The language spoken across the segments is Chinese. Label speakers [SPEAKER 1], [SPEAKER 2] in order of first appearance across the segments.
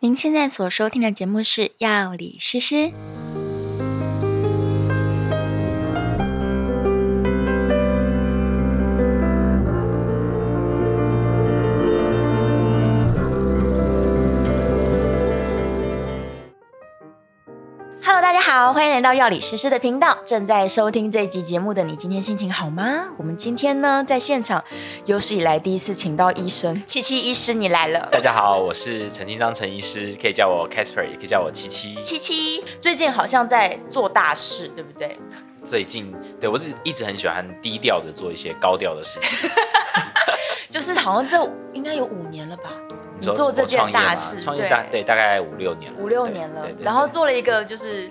[SPEAKER 1] 您现在所收听的节目是《药理诗诗》。Hello，大家好，欢迎来到药理诗诗的频道。正在收听这一集节目的你，今天心情好吗？我们今天呢，在现场有史以来第一次请到医生，七七医师，你来了。
[SPEAKER 2] 大家好，我是陈金章陈医师，可以叫我 Casper，也可以叫我七七。
[SPEAKER 1] 七七最近好像在做大事，对不对？
[SPEAKER 2] 最近对我一直一直很喜欢低调的做一些高调的事情。
[SPEAKER 1] 就是好像这应该有五年了吧？你
[SPEAKER 2] 说
[SPEAKER 1] 做这
[SPEAKER 2] 我
[SPEAKER 1] 件
[SPEAKER 2] 创业嘛
[SPEAKER 1] 大事，
[SPEAKER 2] 创业大对大概五六年了，
[SPEAKER 1] 五六年了
[SPEAKER 2] 对对，对
[SPEAKER 1] 然后做了一个就是。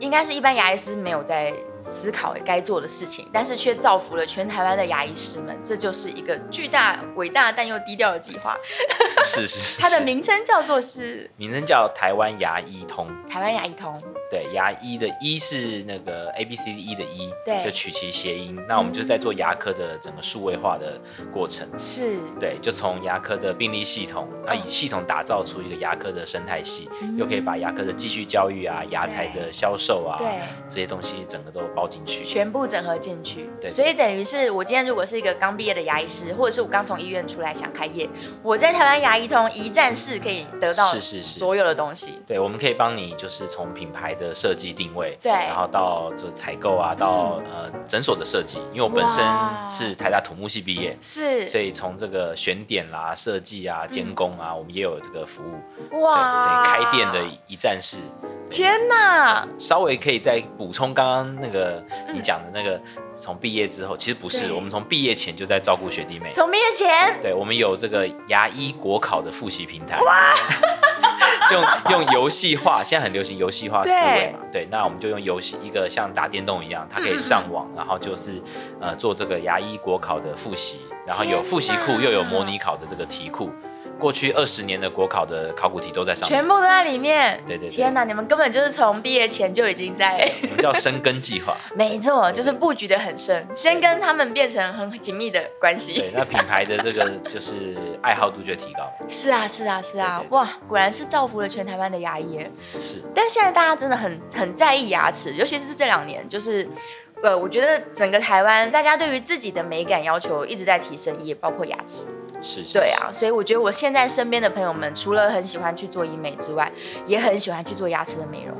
[SPEAKER 1] 应该是一般牙医师没有在思考该做的事情，但是却造福了全台湾的牙医师们，这就是一个巨大、伟大但又低调的计划。
[SPEAKER 2] 是是是，
[SPEAKER 1] 它的
[SPEAKER 2] 是
[SPEAKER 1] 名称叫做是
[SPEAKER 2] 名称叫台湾牙医通，
[SPEAKER 1] 台湾牙医通，
[SPEAKER 2] 对牙医的医是那个 A B C D E 的医，
[SPEAKER 1] 对
[SPEAKER 2] 就取其谐音。那我们就是在做牙科的整个数位化的过程。
[SPEAKER 1] 是
[SPEAKER 2] 对，就从牙科的病例系统，
[SPEAKER 1] 嗯
[SPEAKER 2] 啊，以系统打造出一个牙科的生态系，又可以把牙科的继续教育啊、牙材的销售啊
[SPEAKER 1] 对
[SPEAKER 2] 这些东西整个都包进去。
[SPEAKER 1] 全部整合进去。
[SPEAKER 2] 对
[SPEAKER 1] 所以等于是我今天如果是一个刚毕业的牙医师，或者是我刚从医院出来想开业，我在台湾牙医通一站式可以得到
[SPEAKER 2] 是是是
[SPEAKER 1] 所有的东西。
[SPEAKER 2] 对，我们可以帮你，就是从品牌的设计定位，
[SPEAKER 1] 对嗯
[SPEAKER 2] 然后到就采购啊，到、呃诊所的设计，因为我本身
[SPEAKER 1] 哇
[SPEAKER 2] 是台大土木系毕业，
[SPEAKER 1] 是，嗯
[SPEAKER 2] 所以从这个选点啦、设计啊、监工啊，我们也有这个服务，对，
[SPEAKER 1] 哇，
[SPEAKER 2] 等于开店的一站式，
[SPEAKER 1] 天哪，
[SPEAKER 2] 稍微可以再补充刚刚那个你讲的那个，从毕业之后，其实不是，
[SPEAKER 1] 嗯对
[SPEAKER 2] 我们从毕业前就在照顾学弟妹。
[SPEAKER 1] 从毕业前
[SPEAKER 2] 对，我们有这个牙医国考的复习平台， 用用游戏化，现在很流行游戏化思维嘛。对，那我们就用游戏一个像打电动一样，它可以上网，
[SPEAKER 1] 嗯
[SPEAKER 2] 然后就是呃做这个牙医国考的复习，然后有复习库
[SPEAKER 1] 天哪
[SPEAKER 2] 又有模拟考的这个题库，过去二十年的国考的考古题都在上面
[SPEAKER 1] 全，部都在里面。
[SPEAKER 2] 对对对
[SPEAKER 1] 天哪，你们根本就是从毕业前就已经 在，
[SPEAKER 2] 我们叫深耕计划。
[SPEAKER 1] 没错，就是布局的很深，先跟他们变成很紧密的关
[SPEAKER 2] 对
[SPEAKER 1] 系。，
[SPEAKER 2] 那品牌的这个就是爱好度就提高，
[SPEAKER 1] 是啊，是啊，是啊
[SPEAKER 2] 对对，对
[SPEAKER 1] 哇，果然是造福了全台湾的牙医耶。
[SPEAKER 2] 是
[SPEAKER 1] 但现在大家真的很很在意牙齿，尤其是这两年，就是。呃，我觉得整个台湾大家对于自己的美感要求一直在提升，也包括牙齿。
[SPEAKER 2] 是，是
[SPEAKER 1] 对，啊，所以我觉得我现在身边的朋友们，除了很喜欢去做医美之外，也很喜欢去做牙齿的美容。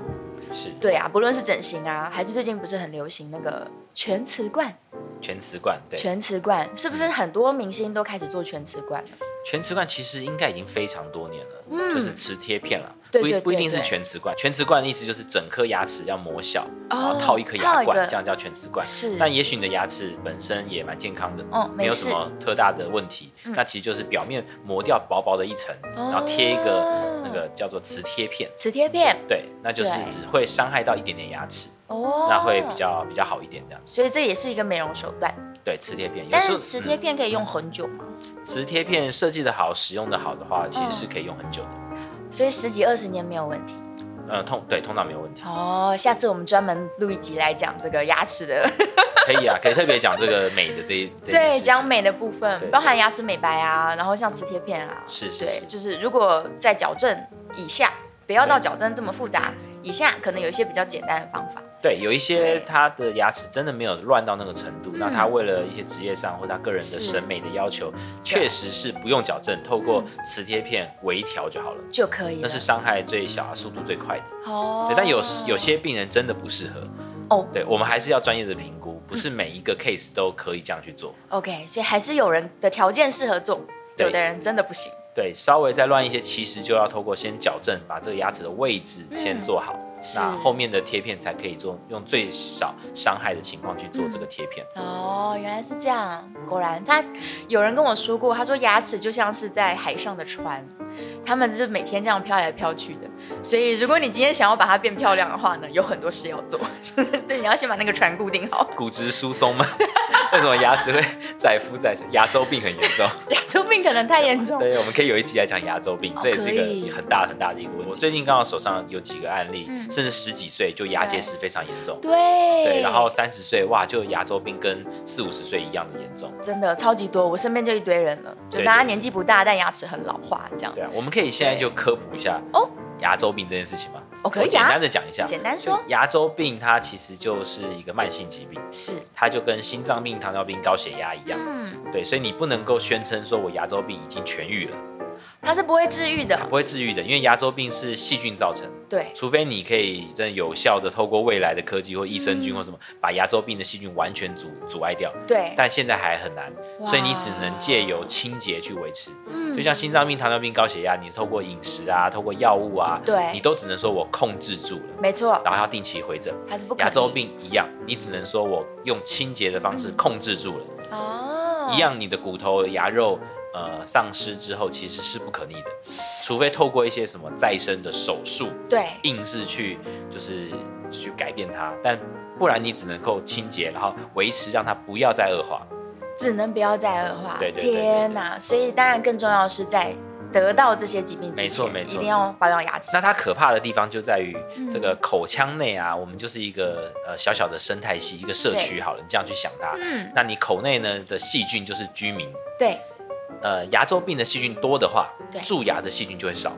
[SPEAKER 2] 是对
[SPEAKER 1] 对啊，不论是整形啊，还是最近不是很流行那个全瓷冠？
[SPEAKER 2] 全瓷冠，对
[SPEAKER 1] 全瓷冠是不是很多明星都开始做全瓷冠了？
[SPEAKER 2] 全瓷冠其实应该已经非常多年了，就是磁贴片了。
[SPEAKER 1] 对
[SPEAKER 2] 不一
[SPEAKER 1] 对对
[SPEAKER 2] 不一定是
[SPEAKER 1] 对
[SPEAKER 2] 全瓷冠，全瓷冠的意思就是整颗牙齿要磨小，然
[SPEAKER 1] 哦
[SPEAKER 2] 后套一颗
[SPEAKER 1] 套
[SPEAKER 2] 牙
[SPEAKER 1] 一
[SPEAKER 2] 冠
[SPEAKER 1] 个，
[SPEAKER 2] 这样叫全瓷冠。
[SPEAKER 1] 是
[SPEAKER 2] 但也许你的牙齿本身也蛮健康的，
[SPEAKER 1] 哦没
[SPEAKER 2] 没有嗯
[SPEAKER 1] 事
[SPEAKER 2] 什么特大的问题。那其实就是表面磨掉薄薄的一层，然后贴一
[SPEAKER 1] 哦
[SPEAKER 2] 个那个叫做磁贴片，
[SPEAKER 1] 磁贴片
[SPEAKER 2] 对，那就是
[SPEAKER 1] 对
[SPEAKER 2] 只会伤害到一点点牙齿，
[SPEAKER 1] 哦，
[SPEAKER 2] 那会比，较比较好一点这样。
[SPEAKER 1] 所以这也是一个美容手段。
[SPEAKER 2] 对，磁贴片，有
[SPEAKER 1] 但
[SPEAKER 2] 时
[SPEAKER 1] 是
[SPEAKER 2] 候
[SPEAKER 1] 磁贴片可以用很久嘛，
[SPEAKER 2] 磁贴片设计的好、使用的好的话，其
[SPEAKER 1] 嗯
[SPEAKER 2] 实是可以用很久的。
[SPEAKER 1] 所以十几二十年没有问题。
[SPEAKER 2] 呃，通对通常没有问题，
[SPEAKER 1] 哦，下次我们专门录一集来讲这个牙齿的，
[SPEAKER 2] 可以啊，可以特别讲这个美的这一这一件
[SPEAKER 1] 对，
[SPEAKER 2] 事情
[SPEAKER 1] 讲美的部分，
[SPEAKER 2] 对
[SPEAKER 1] 包含牙齿美白啊，然后像磁贴片啊，
[SPEAKER 2] 是是
[SPEAKER 1] 对
[SPEAKER 2] 是，
[SPEAKER 1] 就是如果在矫正以下，不要到
[SPEAKER 2] 对
[SPEAKER 1] 矫正这么复杂，以下可能有一些比较简单的方法。
[SPEAKER 2] 对，有一些
[SPEAKER 1] 对嗯
[SPEAKER 2] 他的牙齿真的没有乱到那个程度，那他为了一些职业上或他个人的
[SPEAKER 1] 是
[SPEAKER 2] 审美的要求，确实是不用矫正，透过
[SPEAKER 1] 嗯
[SPEAKER 2] 磁贴片微调就好了。
[SPEAKER 1] 就可以了。
[SPEAKER 2] 那是伤害最小、啊速度最快的。
[SPEAKER 1] 哦，
[SPEAKER 2] 对，但有时有些病人真的不适合。
[SPEAKER 1] 哦
[SPEAKER 2] 对我们还是要专业的评估，
[SPEAKER 1] 嗯
[SPEAKER 2] 不是每一个 case 都可以这样去做。
[SPEAKER 1] OK，所以还是有人的条件适合做，
[SPEAKER 2] 对
[SPEAKER 1] 有的人真的不行。
[SPEAKER 2] 对，稍微再乱一些，其实就要透过先矫正，把这个牙齿的位置先做好，
[SPEAKER 1] 是
[SPEAKER 2] 那后面的贴片才可以做，用最少伤害的情况去做这个贴片。
[SPEAKER 1] 哦，原来是这样。果然，他有人跟我说过，他说牙齿就像是在海上的船，他们就是每天这样飘来飘去的。所以，如果你今天想要把它变漂 亮的话呢，有很多事要做。对，你要先把那个船固定好。
[SPEAKER 2] 骨质疏松吗？ 为什么牙齿会载夫载沉？牙周病很严重。
[SPEAKER 1] 牙周病可能太严重。
[SPEAKER 2] 对，我们可以有一集来讲牙周病，
[SPEAKER 1] 哦
[SPEAKER 2] 这也是
[SPEAKER 1] 可以
[SPEAKER 2] 一个很大很大的一个问题。我最近刚好手上有几个案例，
[SPEAKER 1] 嗯
[SPEAKER 2] 甚至十几岁就牙结石非常严重。
[SPEAKER 1] 对
[SPEAKER 2] 对，然后三十岁哇，就牙周病跟四五十岁一样的严重。
[SPEAKER 1] 真的超级多，我身边就一堆人了，就
[SPEAKER 2] 对
[SPEAKER 1] 大家
[SPEAKER 2] 对
[SPEAKER 1] 年纪不大，但牙齿很老化这样。
[SPEAKER 2] 对啊，我们可以现在就科普一下
[SPEAKER 1] 哦
[SPEAKER 2] 牙周病这件事情吗？
[SPEAKER 1] 哦可以啊
[SPEAKER 2] 我简单的讲一下。
[SPEAKER 1] 简单说
[SPEAKER 2] 就牙周病它其实就是一个慢性疾病，
[SPEAKER 1] 是，
[SPEAKER 2] 它就跟心脏病、糖尿病、高血压一样。
[SPEAKER 1] 嗯，
[SPEAKER 2] 对，所以你不能够宣称说我牙周病已经痊愈了，
[SPEAKER 1] 它是不会治愈
[SPEAKER 2] 它
[SPEAKER 1] 的，
[SPEAKER 2] 不会治愈的，因为牙周病是细菌造成，
[SPEAKER 1] 对，
[SPEAKER 2] 除非你可以真的有效的透过未来的科技或益生菌
[SPEAKER 1] 嗯
[SPEAKER 2] 或什么，把牙周病的细菌完全阻阻碍掉，
[SPEAKER 1] 对，
[SPEAKER 2] 但现在还很难，
[SPEAKER 1] 哇
[SPEAKER 2] 所以你只能借由清洁去维持。
[SPEAKER 1] 嗯
[SPEAKER 2] 就像心脏病、糖尿病、高血压，你透过饮食啊，透过药物啊，
[SPEAKER 1] 对
[SPEAKER 2] 你都只能说我控制住了，
[SPEAKER 1] 没错，
[SPEAKER 2] 然后要定期回诊。
[SPEAKER 1] 它是不可逆
[SPEAKER 2] 牙周病一样，你只能说我用清洁的方式
[SPEAKER 1] 嗯
[SPEAKER 2] 控制住了。
[SPEAKER 1] 哦，
[SPEAKER 2] 一，样，你的骨头、牙肉呃丧失之后，其实是不可逆的，除非透过一些什么再生的手术，
[SPEAKER 1] 对，
[SPEAKER 2] 硬是去就是去改变它，但不然你只能够清洁，然后维持让它不要再恶化。
[SPEAKER 1] 只能不要再恶化。
[SPEAKER 2] 对对对对
[SPEAKER 1] 天哪！所以当然更重要的是在得到这些疾病之
[SPEAKER 2] 没错
[SPEAKER 1] 前，
[SPEAKER 2] 没错
[SPEAKER 1] 一定要保养牙齿
[SPEAKER 2] 那。它可怕的地方就在于
[SPEAKER 1] 嗯
[SPEAKER 2] 这个口腔内啊，我们就是一个呃小小的生态系，一个社区好了，你这样去想它。
[SPEAKER 1] 嗯，
[SPEAKER 2] 那你口内呢的细菌就是居民，
[SPEAKER 1] 对，
[SPEAKER 2] 呃，牙周病的细菌多的话
[SPEAKER 1] 对，
[SPEAKER 2] 蛀牙的细菌就会少。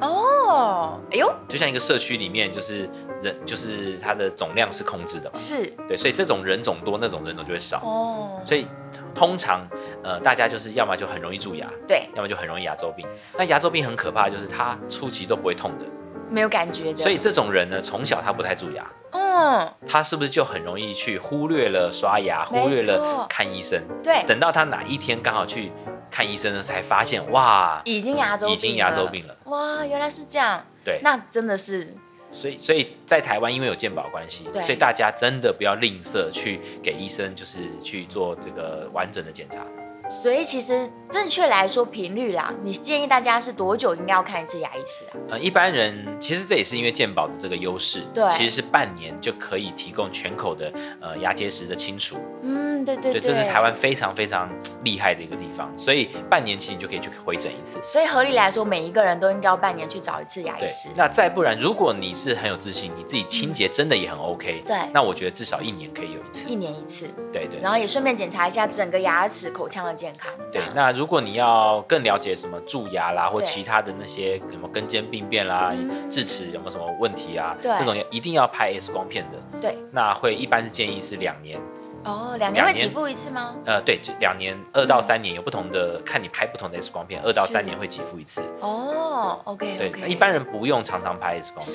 [SPEAKER 1] 哦，哎呦，
[SPEAKER 2] 就像一个社区里面，就是人，就是它的总量是控制的嘛，
[SPEAKER 1] 是
[SPEAKER 2] 对，所以这种人种多，那种人种就会少，
[SPEAKER 1] 哦，
[SPEAKER 2] 所以通常呃，大家就是要么就很容易蛀牙，
[SPEAKER 1] 对，
[SPEAKER 2] 要么就很容易牙周病。那牙周病很可怕，就是它初期都不会痛的，
[SPEAKER 1] 没有感觉的。
[SPEAKER 2] 所以，这种人呢，从小他不太蛀牙，
[SPEAKER 1] 嗯，
[SPEAKER 2] 他是不是就很容易去忽略了刷牙，忽略
[SPEAKER 1] 没错哎
[SPEAKER 2] 了看医生？
[SPEAKER 1] 对，
[SPEAKER 2] 等到他哪一天刚好去看医生呢，才发现哇，
[SPEAKER 1] 已经牙周病
[SPEAKER 2] 已经牙周
[SPEAKER 1] 了
[SPEAKER 2] 病了。
[SPEAKER 1] 哇，原来是这样，
[SPEAKER 2] 对，
[SPEAKER 1] 那真的是
[SPEAKER 2] 所以，所以在台湾因为有健保关系，
[SPEAKER 1] 对
[SPEAKER 2] 所以大家真的不要吝啬去给医生，就是去做这个完整的检查。
[SPEAKER 1] 所以其实正确来说，频率啦，你建议大家是多久应该要看一次牙医师啊？
[SPEAKER 2] 呃，一般人其实这也是因为健保的这个优势，
[SPEAKER 1] 对
[SPEAKER 2] 其实是半年就可以提供全口的呃牙结石的清除，
[SPEAKER 1] 嗯，对对对，
[SPEAKER 2] 这是台。湾非常非常厉害的一个地方，所以半年期你就可以去回诊一次。
[SPEAKER 1] 所以合理来说，每一个人都应该要半年去找一次牙医
[SPEAKER 2] 对
[SPEAKER 1] 师，。
[SPEAKER 2] 那再不然，如果你是很有自信，你自己清洁真的也很 OK，、
[SPEAKER 1] 嗯对
[SPEAKER 2] 那我觉得至少一年可以有一次
[SPEAKER 1] 一，年一次，
[SPEAKER 2] 对对。
[SPEAKER 1] 然后也顺便检查一下整个牙齿、口腔的健康。嗯这
[SPEAKER 2] 对
[SPEAKER 1] 样，
[SPEAKER 2] 那如果你要更了解什么蛀牙啦，或
[SPEAKER 1] 对
[SPEAKER 2] 其他的那些什么根尖病变啦、
[SPEAKER 1] 嗯
[SPEAKER 2] 智齿有没有什么问题啊，
[SPEAKER 1] 对
[SPEAKER 2] 这种也一定要拍 X 光片的。
[SPEAKER 1] 对
[SPEAKER 2] 那会一般是建议是两年，
[SPEAKER 1] 哦，两年会
[SPEAKER 2] 两
[SPEAKER 1] 给
[SPEAKER 2] 年
[SPEAKER 1] 付一次吗？
[SPEAKER 2] 呃，对，就两年二到三年有不同的，看你拍不同的 X 光片，二到
[SPEAKER 1] 嗯是
[SPEAKER 2] 三年会给付一次。
[SPEAKER 1] 哦，OK
[SPEAKER 2] 对
[SPEAKER 1] OK，
[SPEAKER 2] 一般人不用常常拍 X 光片。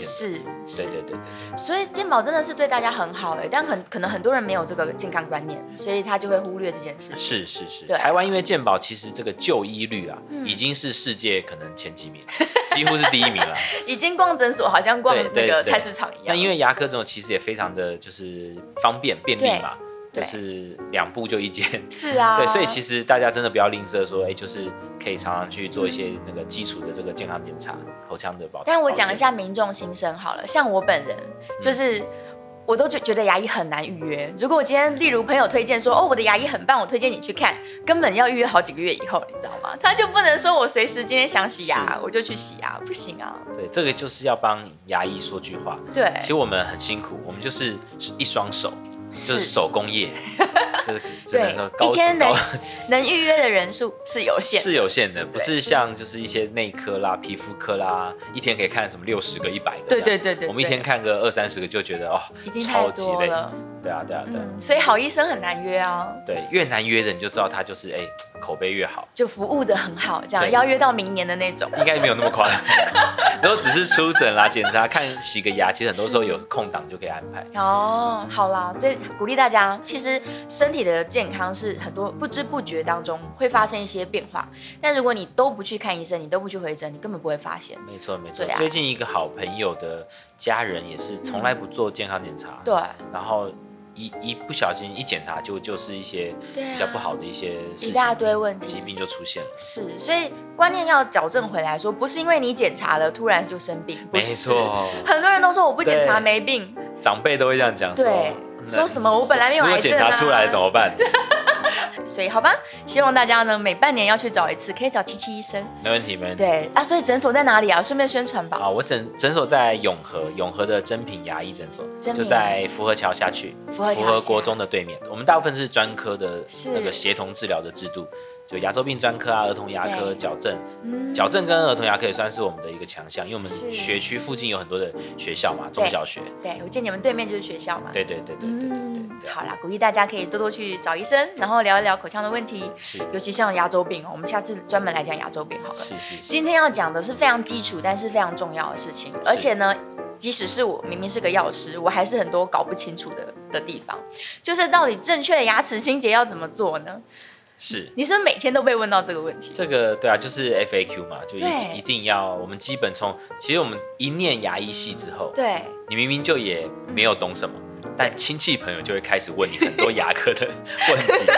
[SPEAKER 1] 是是
[SPEAKER 2] 对对对对，
[SPEAKER 1] 所以健保真的是对大家很好哎、但很可能很多人没有这个健康观念，所以他就会忽略这件事。
[SPEAKER 2] 是是是。
[SPEAKER 1] 对啊嗯
[SPEAKER 2] 台湾因为健保其实这个就医率啊，已经是世界可能前几名， 几乎是第一名 了。
[SPEAKER 1] 已经逛诊所好像逛
[SPEAKER 2] 对
[SPEAKER 1] 那
[SPEAKER 2] 对
[SPEAKER 1] 个
[SPEAKER 2] 对
[SPEAKER 1] 菜市场一样。
[SPEAKER 2] 那因为牙科这种其实也非常的就是方便便利嘛，
[SPEAKER 1] 对
[SPEAKER 2] 就
[SPEAKER 1] 对
[SPEAKER 2] 是两步就一 间。
[SPEAKER 1] 是啊，
[SPEAKER 2] 对，所以其实大家真的不要吝啬说，哎、就是可以常常去做一些那个基础的这个健康检查，口腔的保。
[SPEAKER 1] 嗯但我讲
[SPEAKER 2] 保
[SPEAKER 1] 一
[SPEAKER 2] 健，
[SPEAKER 1] 下民众心声好了，像我本人
[SPEAKER 2] 嗯
[SPEAKER 1] 就是。我都觉觉得牙医很难预约。如果我今天，例如朋友推荐说，哦，我的牙医很棒，我推荐你去看，根本要预约好几个月以后，你知道吗？他就不能说我随时今天想洗牙
[SPEAKER 2] 是
[SPEAKER 1] 我就去洗牙，不行啊。
[SPEAKER 2] 对，这个就是要帮牙医说句话。
[SPEAKER 1] 对，
[SPEAKER 2] 其实我们很辛苦，我们就是一双手，就
[SPEAKER 1] 是
[SPEAKER 2] 是手工业，就是只能说
[SPEAKER 1] 对
[SPEAKER 2] 高
[SPEAKER 1] 一天能
[SPEAKER 2] 高
[SPEAKER 1] 能预约的人数是有限的。
[SPEAKER 2] 是有限的，不
[SPEAKER 1] 对
[SPEAKER 2] 是像就是一些内科啦、皮肤科啦，一天可以看什么六十个、一百个这
[SPEAKER 1] 对
[SPEAKER 2] 样。
[SPEAKER 1] 对对对
[SPEAKER 2] 我们一
[SPEAKER 1] 对
[SPEAKER 2] 天看个二三十个就觉得哦，
[SPEAKER 1] 已经太
[SPEAKER 2] 超级
[SPEAKER 1] 多
[SPEAKER 2] 累
[SPEAKER 1] 了。
[SPEAKER 2] 对啊，对啊，对啊
[SPEAKER 1] 嗯，所以好医生很难约啊，
[SPEAKER 2] 对，越难约的你就知道他就是哎、口碑越好，
[SPEAKER 1] 就服务的很好，这样
[SPEAKER 2] 对
[SPEAKER 1] 邀约到明年的那种。
[SPEAKER 2] 应该没有那么 夸张。如果只是出诊啦、检查、看洗个牙，其实很多时候有空档就可以安排。
[SPEAKER 1] 哦，好啦，所以鼓励大家，其实身体的健康是很多不知不觉当中会发生一些变化，但如果你都不去看医生，你都不去回诊，你根本不会发现。
[SPEAKER 2] 没错没错
[SPEAKER 1] 对，啊
[SPEAKER 2] 最近一个好朋友的家人也是从来不做健康检查，
[SPEAKER 1] 嗯对，
[SPEAKER 2] 然后一一不小心一检查就就是一些
[SPEAKER 1] 对啊
[SPEAKER 2] 比较不好的一些事情
[SPEAKER 1] 一大堆问题
[SPEAKER 2] 疾病就出现了。
[SPEAKER 1] 是，所以观念要矫正回来说，不是因为你检查了突然就生病，不
[SPEAKER 2] 没
[SPEAKER 1] 是。
[SPEAKER 2] 错，
[SPEAKER 1] 很多人都说我不检查
[SPEAKER 2] 对
[SPEAKER 1] 没病，
[SPEAKER 2] 长辈都会这样讲说
[SPEAKER 1] 对，，
[SPEAKER 2] 那
[SPEAKER 1] 说什么我本来没有
[SPEAKER 2] 如果
[SPEAKER 1] 癌症
[SPEAKER 2] 检
[SPEAKER 1] 啊。
[SPEAKER 2] 查出来怎么办？
[SPEAKER 1] 所以好吧，希望大家呢每半年要去找一次，可以找七七医生。
[SPEAKER 2] 没问题，没问题。
[SPEAKER 1] 对啊，所以诊所在哪里啊？顺便宣传吧。
[SPEAKER 2] 啊，我诊诊所在永和，永和的真品牙医诊所
[SPEAKER 1] 真
[SPEAKER 2] 就
[SPEAKER 1] 品
[SPEAKER 2] 在福和桥下去，
[SPEAKER 1] 福和桥
[SPEAKER 2] 国中的对面。我们大部分是专科的
[SPEAKER 1] 是
[SPEAKER 2] 那个协同治疗的制度，就牙周病专科啊、儿童牙科、
[SPEAKER 1] 对
[SPEAKER 2] 矫正、
[SPEAKER 1] 嗯
[SPEAKER 2] 矫正跟儿童牙科也算是我们的一个强项，因为我们
[SPEAKER 1] 是
[SPEAKER 2] 学区附近有很多的学校嘛，中小学。
[SPEAKER 1] 对，我见你们对面就是学校嘛。
[SPEAKER 2] 对对对对对对对
[SPEAKER 1] 嗯，
[SPEAKER 2] 对，
[SPEAKER 1] 好啦，鼓励大家可以多多去找医生，然后聊一聊口腔的问题，
[SPEAKER 2] 是
[SPEAKER 1] 尤其像牙周病哦，我们下次专门来讲牙周病好了。
[SPEAKER 2] 是是是，
[SPEAKER 1] 今天要讲的是非常基础，但是非常重要的事情，而且呢。即使是我明明是个药师，我还是很多搞不清楚的的地方，就是到底正确的牙齿清洁要怎么做呢？
[SPEAKER 2] 是。
[SPEAKER 1] 你是不是每天都被问到这个问题？
[SPEAKER 2] 这个对啊，就是 FAQ 嘛，就一
[SPEAKER 1] 对
[SPEAKER 2] 定一定要我们基本从，其实我们一念牙医系之后，
[SPEAKER 1] 对，
[SPEAKER 2] 你明明就也没有懂什么，但亲戚朋友就会开始问你很多牙科的问题，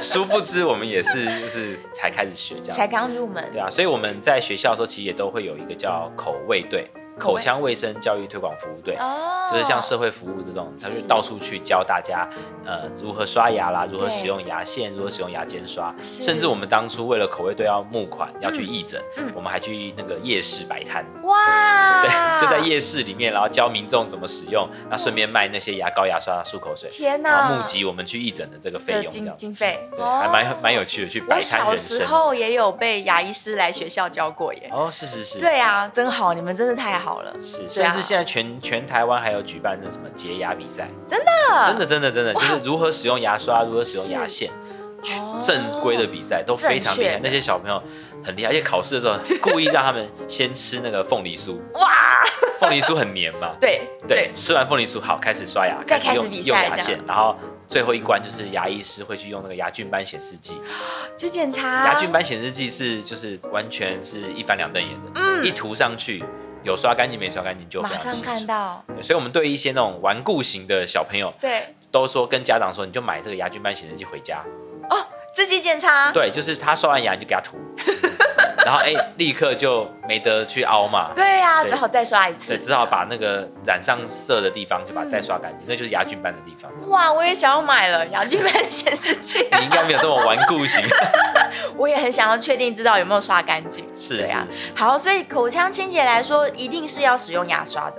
[SPEAKER 2] 殊不知我们也是就是才开始学这
[SPEAKER 1] 才
[SPEAKER 2] 样，
[SPEAKER 1] 刚入门，
[SPEAKER 2] 对啊，所以我们在学校的时候其实也都会有一个叫口卫队，
[SPEAKER 1] 口卫
[SPEAKER 2] 口腔卫生教育推广服务队。
[SPEAKER 1] 哦，
[SPEAKER 2] 就是像社会服务这种，他就是到处去教大家，呃，如何刷牙啦，如何
[SPEAKER 1] 对
[SPEAKER 2] 使用牙线，如何使用牙尖刷，
[SPEAKER 1] 是
[SPEAKER 2] 甚至我们当初为了口味队要募款，要去义诊，
[SPEAKER 1] 嗯
[SPEAKER 2] 我们还去那个夜市摆摊，
[SPEAKER 1] 哇，
[SPEAKER 2] 对，就在夜市里面，然后教民众怎么使用，那顺便卖那些牙膏、牙刷、漱口水，
[SPEAKER 1] 天
[SPEAKER 2] 然
[SPEAKER 1] 哪，
[SPEAKER 2] 后募集我们去义诊的这个费
[SPEAKER 1] 的
[SPEAKER 2] 用，这
[SPEAKER 1] 经
[SPEAKER 2] 样子，
[SPEAKER 1] 经费，哦
[SPEAKER 2] 对，还蛮蛮有趣的，去
[SPEAKER 1] 我
[SPEAKER 2] 摆摊
[SPEAKER 1] 小
[SPEAKER 2] 人
[SPEAKER 1] 时
[SPEAKER 2] 生。
[SPEAKER 1] 候也有被牙医师来学校教过耶。
[SPEAKER 2] 哦，是是是，
[SPEAKER 1] 对啊，真好，你们真的太好了。
[SPEAKER 2] 是，
[SPEAKER 1] 对
[SPEAKER 2] 甚
[SPEAKER 1] 啊
[SPEAKER 2] 至现在全全台湾还有举办那什么洁牙比赛，
[SPEAKER 1] 真
[SPEAKER 2] 的真的真的真的，就是如何使用牙刷，如何使用
[SPEAKER 1] 是
[SPEAKER 2] 牙线，去
[SPEAKER 1] 哦
[SPEAKER 2] 正规的比赛都非常
[SPEAKER 1] 正
[SPEAKER 2] 厉
[SPEAKER 1] 确
[SPEAKER 2] 害
[SPEAKER 1] 的，
[SPEAKER 2] 那些小朋友很厉害，而且考试的时候故意让他们先吃那个凤梨酥，
[SPEAKER 1] 哇，
[SPEAKER 2] 凤梨酥很黏 嘛，
[SPEAKER 1] 对
[SPEAKER 2] 对，，吃完凤梨酥好开始刷牙，
[SPEAKER 1] 再
[SPEAKER 2] 开
[SPEAKER 1] 开
[SPEAKER 2] 始
[SPEAKER 1] 始
[SPEAKER 2] 用
[SPEAKER 1] 比赛
[SPEAKER 2] 用牙
[SPEAKER 1] 这样
[SPEAKER 2] 线，然后最后一关就是牙医师会去用那个牙菌斑显示剂，
[SPEAKER 1] 去检查
[SPEAKER 2] 牙菌斑显示剂是就是完全是一翻两瞪眼的，一涂上去有刷干净没刷干净就
[SPEAKER 1] 嗯
[SPEAKER 2] 非
[SPEAKER 1] 马上
[SPEAKER 2] 常清楚
[SPEAKER 1] 看到，
[SPEAKER 2] 对所以我们对一些那种顽固型的小朋友，
[SPEAKER 1] 对
[SPEAKER 2] 都说跟家长说，你就买这个牙菌斑显示器回家。
[SPEAKER 1] 哦，自己检查，
[SPEAKER 2] 对，就是他刷完牙你就给他 涂，然后哎、立刻就没得去凹嘛。
[SPEAKER 1] 对啊，
[SPEAKER 2] 对
[SPEAKER 1] 只好再刷一
[SPEAKER 2] 对，
[SPEAKER 1] 次。
[SPEAKER 2] 只好把那个染上色的地方就把它再刷干净，那就是牙菌斑的地方。
[SPEAKER 1] 哇，我也想要买了牙菌斑显示器，
[SPEAKER 2] 你应该没有这么顽固型，
[SPEAKER 1] 我也很想要确定知道有没有刷干净。
[SPEAKER 2] 是
[SPEAKER 1] 对啊
[SPEAKER 2] 是是，
[SPEAKER 1] 好，所以口腔清洁来说，一定是要使用牙刷的，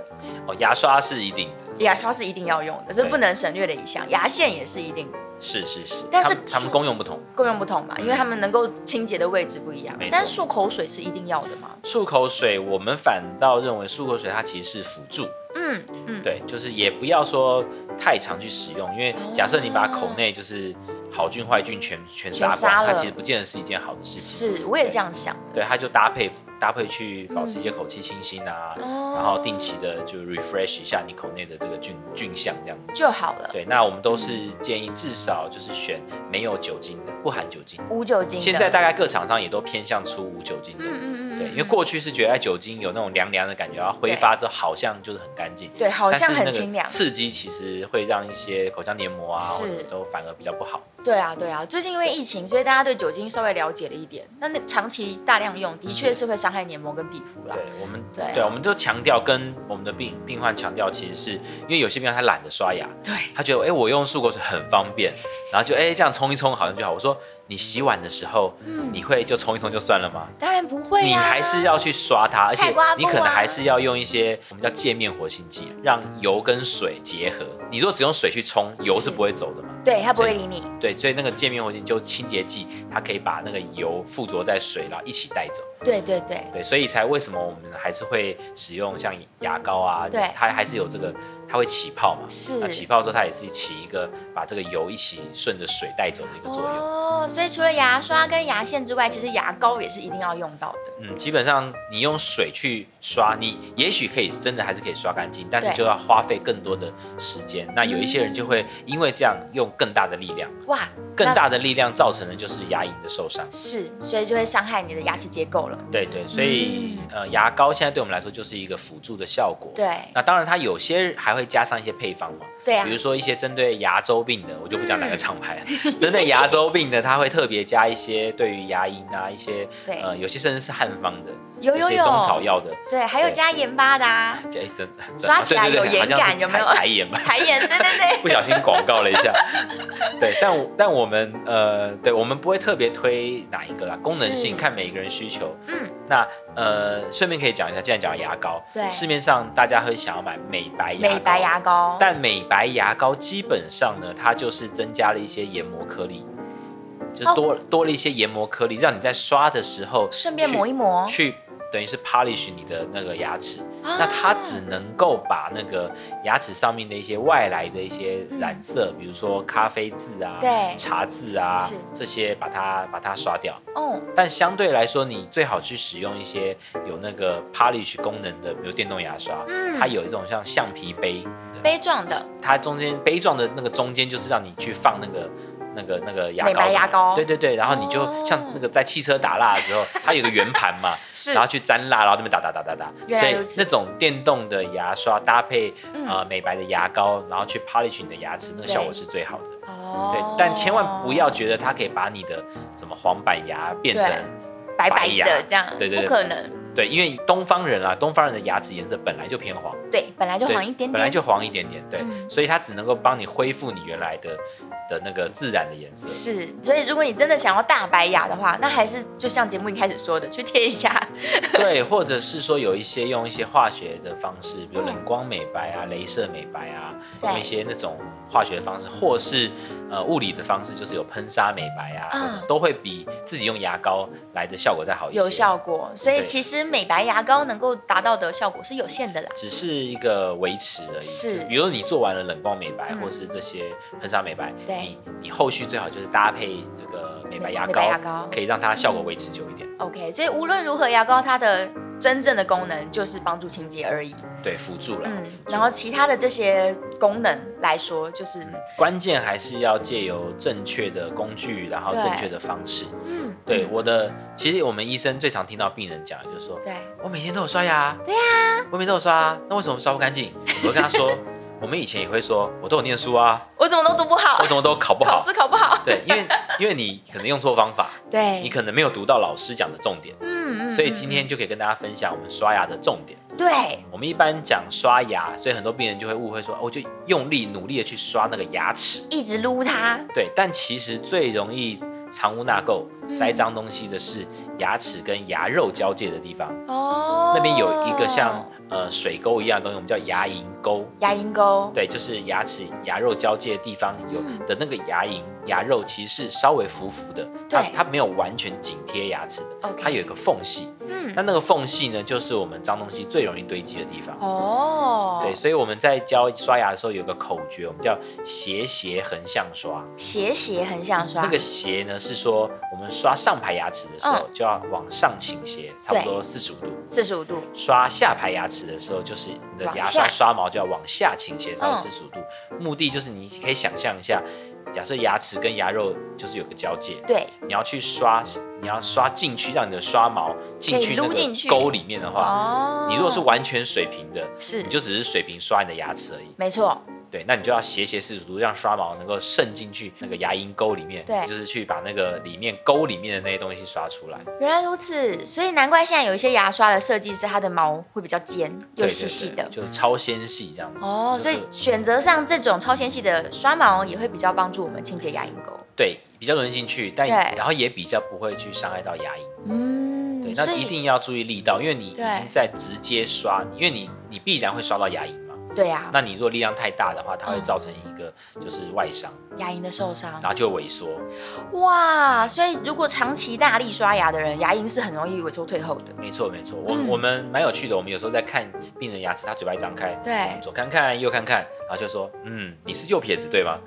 [SPEAKER 2] 哦，牙刷是一定的，
[SPEAKER 1] 牙刷是一定要用的，这是
[SPEAKER 2] 对
[SPEAKER 1] 不能省略的一项，牙线也是一定的。
[SPEAKER 2] 是是是，
[SPEAKER 1] 但是
[SPEAKER 2] 他们他们功用不同。
[SPEAKER 1] 功用不同嘛，因为他们能够清洁的位置不一样
[SPEAKER 2] 嗯没。错
[SPEAKER 1] 但漱口水是一定要的嘛？
[SPEAKER 2] 漱口水，我们反倒认为漱口水它其实是辅助，
[SPEAKER 1] 嗯嗯，
[SPEAKER 2] 对，就是也不要说太常去使用，因
[SPEAKER 1] 哦
[SPEAKER 2] 为假设你把口内就是好菌坏菌全全杀
[SPEAKER 1] 全杀
[SPEAKER 2] 光，
[SPEAKER 1] 了
[SPEAKER 2] 它其实不见得是一件好的事情。
[SPEAKER 1] 是，我也这样想的。
[SPEAKER 2] 对，它就搭配搭配去保持一些口气清新啊，
[SPEAKER 1] 嗯哦
[SPEAKER 2] 然后定期的就 refresh 一下你口内的这个菌菌相这样子。
[SPEAKER 1] 就好了，
[SPEAKER 2] 对，那我们都是建议至少就是选没有酒精的，不含酒精。
[SPEAKER 1] 无酒精的。
[SPEAKER 2] 现在大概各厂商也都偏向出无酒精的，
[SPEAKER 1] 嗯嗯嗯，
[SPEAKER 2] 对，因为过去是觉得哎酒精有那种凉凉的感觉，然后挥发之后好像就是很干净，
[SPEAKER 1] 对好像
[SPEAKER 2] 但是那
[SPEAKER 1] 很
[SPEAKER 2] 个
[SPEAKER 1] 清凉。
[SPEAKER 2] 刺激其实会让一些口腔黏膜啊，
[SPEAKER 1] 是
[SPEAKER 2] 或者都反而比较不好。
[SPEAKER 1] 对啊对啊，最近因为疫情，所以大家对酒精稍微了解了一点。那那长期大量用，的确是会伤害黏膜跟皮肤啦
[SPEAKER 2] 对。，我们
[SPEAKER 1] 对啊
[SPEAKER 2] 对，我们就强调跟我们的病病患强调，其实是因为有些病患他懒得刷牙，
[SPEAKER 1] 对，
[SPEAKER 2] 他觉得哎、我用漱口水很方便，然后就哎、这样冲一冲好像就好。我说你洗碗的时候，
[SPEAKER 1] 嗯
[SPEAKER 2] 你会就冲一冲就算了吗？
[SPEAKER 1] 当然不会
[SPEAKER 2] 你
[SPEAKER 1] 啊，
[SPEAKER 2] 还是要去刷它，而且
[SPEAKER 1] 菜瓜布
[SPEAKER 2] 你可能
[SPEAKER 1] 啊
[SPEAKER 2] 还是要用一些我们叫界面活性剂，让油跟水结合。你如果只用水去冲，油
[SPEAKER 1] 是
[SPEAKER 2] 是不会走的嘛。
[SPEAKER 1] 对它不会理你。
[SPEAKER 2] 对，所以那个界面活性就清洁剂，它可以把那个油附着在水，然后一起带走。
[SPEAKER 1] 对对对，
[SPEAKER 2] 对，所以才为什么我们还是会使用像牙膏啊，
[SPEAKER 1] 对
[SPEAKER 2] 它还是有这个，它会起泡嘛。
[SPEAKER 1] 是
[SPEAKER 2] 那起泡之后，它也是起一个把这个油一起顺着水带走的一个作用。
[SPEAKER 1] 哦，所以除了牙刷跟牙线之外，其实牙膏也是一定要用到的。
[SPEAKER 2] 嗯，基本上你用水去刷，你也许可以真的还是可以刷干净，但是
[SPEAKER 1] 对
[SPEAKER 2] 就要花费更多的时间。那有一些人就会因为这样用更大的力量，
[SPEAKER 1] 哇，
[SPEAKER 2] 更
[SPEAKER 1] 那
[SPEAKER 2] 大的力量造成的就是牙龈的受伤。
[SPEAKER 1] 是，所以就会伤害你的牙齿结构了。
[SPEAKER 2] 对对，所以、呃，牙膏现在对我们来说就是一个辅助的效果。，
[SPEAKER 1] 嗯对
[SPEAKER 2] 那当然它有些还会加上一些配方嘛，
[SPEAKER 1] 对啊嗯
[SPEAKER 2] 比如说一些针对牙周病的，我就不讲哪个厂牌了，针对牙周病的，它会特别加一些对于牙龈啊一些
[SPEAKER 1] 对
[SPEAKER 2] 呃，有些甚至是汉方的，
[SPEAKER 1] 有有
[SPEAKER 2] 一些
[SPEAKER 1] 有
[SPEAKER 2] 中草药的，
[SPEAKER 1] 对，还有
[SPEAKER 2] 对
[SPEAKER 1] 加盐巴的啊，
[SPEAKER 2] 哎，真的
[SPEAKER 1] 刷起来有
[SPEAKER 2] 好
[SPEAKER 1] 盐
[SPEAKER 2] 像
[SPEAKER 1] 感
[SPEAKER 2] 是
[SPEAKER 1] 有没有
[SPEAKER 2] 台台盐吧？
[SPEAKER 1] 海盐，对对 对，
[SPEAKER 2] 不小心广告了一下， 对，但我但我们呃，对我们不会特别推哪一个啦，功能性
[SPEAKER 1] 是
[SPEAKER 2] 看每一个人需求。
[SPEAKER 1] 嗯，
[SPEAKER 2] 那呃，顺便可以讲一下，既然讲到牙膏，
[SPEAKER 1] 对
[SPEAKER 2] 市面上大家会想要买美白牙膏，
[SPEAKER 1] 美白牙膏，
[SPEAKER 2] 但美白牙膏基本上呢，它就是增加了一些研磨颗粒，就是
[SPEAKER 1] 哦
[SPEAKER 2] 多、多了一些研磨颗粒，让你在刷的时候
[SPEAKER 1] 顺便
[SPEAKER 2] 去
[SPEAKER 1] 磨一磨，
[SPEAKER 2] 去等于是 polish 你的那个牙齿。
[SPEAKER 1] 啊
[SPEAKER 2] 那它只能够把那个牙齿上面的一些外来的一些染色，比如说咖啡渍啊、
[SPEAKER 1] 嗯对
[SPEAKER 2] 茶渍啊
[SPEAKER 1] 是
[SPEAKER 2] 这些，把它把它刷掉。
[SPEAKER 1] 哦，
[SPEAKER 2] 但相对来说，你最好去使用一些有那个 polish 功能的，比如电动牙刷，
[SPEAKER 1] 嗯
[SPEAKER 2] 它有一种像橡皮杯的
[SPEAKER 1] 杯状的，
[SPEAKER 2] 它中间杯状的那个中间就是让你去放那个那个那个牙膏
[SPEAKER 1] 美
[SPEAKER 2] 嘛，
[SPEAKER 1] 白牙膏
[SPEAKER 2] 对对对，然后你就
[SPEAKER 1] 哦
[SPEAKER 2] 像那个在汽车打蜡的时候，它有个圆盘嘛，
[SPEAKER 1] 是
[SPEAKER 2] 然后去沾蜡，然后这边打打打打打，
[SPEAKER 1] 原
[SPEAKER 2] 所
[SPEAKER 1] 来
[SPEAKER 2] 以
[SPEAKER 1] 如此
[SPEAKER 2] 那种电动的牙刷搭配
[SPEAKER 1] 嗯
[SPEAKER 2] 呃美白的牙膏，然后去 polish 你的牙齿，那个
[SPEAKER 1] 对
[SPEAKER 2] 效果是最好的。
[SPEAKER 1] 哦
[SPEAKER 2] 对，但千万不要觉得它可以把你的什么黄板牙变成
[SPEAKER 1] 对白白
[SPEAKER 2] 白牙
[SPEAKER 1] 的这样，
[SPEAKER 2] 对对对
[SPEAKER 1] 不可能，
[SPEAKER 2] 对，因为东方人啊，东方人的牙齿颜色本来就偏黄，
[SPEAKER 1] 对，本来就
[SPEAKER 2] 对
[SPEAKER 1] 黄一点点，
[SPEAKER 2] 本来就黄一点点，对，
[SPEAKER 1] 嗯
[SPEAKER 2] 所以它只能够帮你恢复你原来的的那个自然的颜色。
[SPEAKER 1] 是，所以如果你真的想要大白牙的话，那还是就像节目一开始说的，去贴一下。
[SPEAKER 2] 对，或者是说有一些用一些化学的方式，比如
[SPEAKER 1] 嗯
[SPEAKER 2] 冷光美白啊、镭射美白啊，
[SPEAKER 1] 对
[SPEAKER 2] 用一些那种化学方式，或是呃物理的方式，就是有喷砂美白啊，
[SPEAKER 1] 嗯
[SPEAKER 2] 或者都会比自己用牙膏来的效果再好一些。
[SPEAKER 1] 有效果，所以
[SPEAKER 2] 对
[SPEAKER 1] 其实美白牙膏能够达到的效果是有限的啦。
[SPEAKER 2] 只是一个维持而已。
[SPEAKER 1] 是
[SPEAKER 2] 就是比如你做完了冷光美白，
[SPEAKER 1] 嗯
[SPEAKER 2] 或是这些喷砂美白，
[SPEAKER 1] 对
[SPEAKER 2] 你你后续最好就是搭配这个美白牙
[SPEAKER 1] 美
[SPEAKER 2] 膏，
[SPEAKER 1] 白牙膏
[SPEAKER 2] 可以让它效果维持久一点。
[SPEAKER 1] OK，所以无论如何，牙膏它的真正的功能就是帮助清洁而已。
[SPEAKER 2] 对，辅助了。
[SPEAKER 1] 嗯
[SPEAKER 2] 辅，助
[SPEAKER 1] 然后其他的这些功能来说，就是
[SPEAKER 2] 嗯关键还是要借由正确的工具，然后
[SPEAKER 1] 对
[SPEAKER 2] 正确的方式。
[SPEAKER 1] 嗯，
[SPEAKER 2] 对我的，其实我们医生最常听到病人讲，就是说，
[SPEAKER 1] 对，
[SPEAKER 2] 我每天都有刷牙，对呀、我每天都有刷啊，那为什么刷不干净？我会跟他说， 我们以前也会说，我都有念 书啊，
[SPEAKER 1] 我怎么都读不好
[SPEAKER 2] 我，怎么都考不
[SPEAKER 1] 考
[SPEAKER 2] 好？
[SPEAKER 1] 试考不好。
[SPEAKER 2] 对，因为因为你可能用错方法，
[SPEAKER 1] 对，
[SPEAKER 2] 你可能没有读到老师讲的重点，
[SPEAKER 1] 嗯嗯
[SPEAKER 2] 所以今天就可以跟大家分享我们刷牙的重点。
[SPEAKER 1] 嗯对
[SPEAKER 2] 我们一般讲刷牙，所以很多病人就会误会说，哦我就用力努力的去刷那个牙齿，
[SPEAKER 1] 一直撸它，
[SPEAKER 2] 对，但其实最容易藏污纳垢、塞脏东西的是牙齿跟牙肉交界的地方，
[SPEAKER 1] 哦，
[SPEAKER 2] 那边有一个像呃水沟一样的东西，我们叫牙龈沟。
[SPEAKER 1] 牙龈沟，
[SPEAKER 2] 对，就是牙齿牙肉交界的地方有
[SPEAKER 1] 嗯
[SPEAKER 2] 的那个牙龈牙肉其实是稍微浮浮的，它
[SPEAKER 1] 对
[SPEAKER 2] 它没有完全紧贴牙齿的
[SPEAKER 1] OK
[SPEAKER 2] 它有一个缝隙。
[SPEAKER 1] 嗯
[SPEAKER 2] 那那个缝隙呢，就是我们脏东西最容易堆积的地方。
[SPEAKER 1] 哦，
[SPEAKER 2] 对，所以我们在教刷牙的时候有个口诀，我们叫斜斜横向刷。
[SPEAKER 1] 斜斜横向刷，
[SPEAKER 2] 那个斜呢是说我们刷上排牙齿的时
[SPEAKER 1] 嗯
[SPEAKER 2] 候就要往上倾斜，差不多四十五度。
[SPEAKER 1] 四十五度，
[SPEAKER 2] 刷下排牙齿的时候，就是你的
[SPEAKER 1] 往
[SPEAKER 2] 牙刷
[SPEAKER 1] 下
[SPEAKER 2] 刷毛就要往下倾斜，差不多
[SPEAKER 1] 嗯
[SPEAKER 2] 四十五度。目的就是你可以想象一下，假设牙齿跟牙肉就是有个交界，
[SPEAKER 1] 对，
[SPEAKER 2] 你要去刷，你要刷进去，让你的刷毛进去
[SPEAKER 1] 可以
[SPEAKER 2] 那
[SPEAKER 1] 撸进
[SPEAKER 2] 个
[SPEAKER 1] 去
[SPEAKER 2] 沟里面的话，
[SPEAKER 1] 哦
[SPEAKER 2] 你如果是完全水平的，
[SPEAKER 1] 是
[SPEAKER 2] 你就只是水平刷你的牙齿而已。
[SPEAKER 1] 没错，
[SPEAKER 2] 对，那你就要斜斜四十度，让刷毛能够渗进去那个牙龈沟里面，
[SPEAKER 1] 对
[SPEAKER 2] 就是去把那个里面沟里面的那些东西刷出来。
[SPEAKER 1] 原来如此，所以难怪现在有一些牙刷的设计是它的毛会比较尖又
[SPEAKER 2] 对
[SPEAKER 1] 细细
[SPEAKER 2] 对
[SPEAKER 1] 的
[SPEAKER 2] 对。就是超纤细这样子。
[SPEAKER 1] 哦，
[SPEAKER 2] 就
[SPEAKER 1] 所
[SPEAKER 2] 是
[SPEAKER 1] 以选择上这种超纤细的刷毛也会比较帮助我们清洁牙龈沟。
[SPEAKER 2] 对比较容易进去，但
[SPEAKER 1] 对
[SPEAKER 2] 然后也比较不会去伤害到牙龈。
[SPEAKER 1] 嗯，
[SPEAKER 2] 对，
[SPEAKER 1] 所
[SPEAKER 2] 那
[SPEAKER 1] 以
[SPEAKER 2] 一定要注意力道，因为你已
[SPEAKER 1] 对
[SPEAKER 2] 经在直接刷，因为你你必然会刷到牙龈嘛。
[SPEAKER 1] 对啊，
[SPEAKER 2] 那你如果力量太大的话，它会
[SPEAKER 1] 嗯
[SPEAKER 2] 造成一个就是外伤，
[SPEAKER 1] 牙龈的受伤
[SPEAKER 2] 然。后就会萎缩。
[SPEAKER 1] 哇，所以如果长期大力刷牙的人，牙龈是很容易萎缩退后的。
[SPEAKER 2] 没错没错，我、
[SPEAKER 1] 嗯
[SPEAKER 2] 我们蛮有趣的，我们有时候在看病人牙齿，他嘴巴一张开，
[SPEAKER 1] 对，
[SPEAKER 2] 左看看右看看，然后就说，嗯，你是右撇子对吗？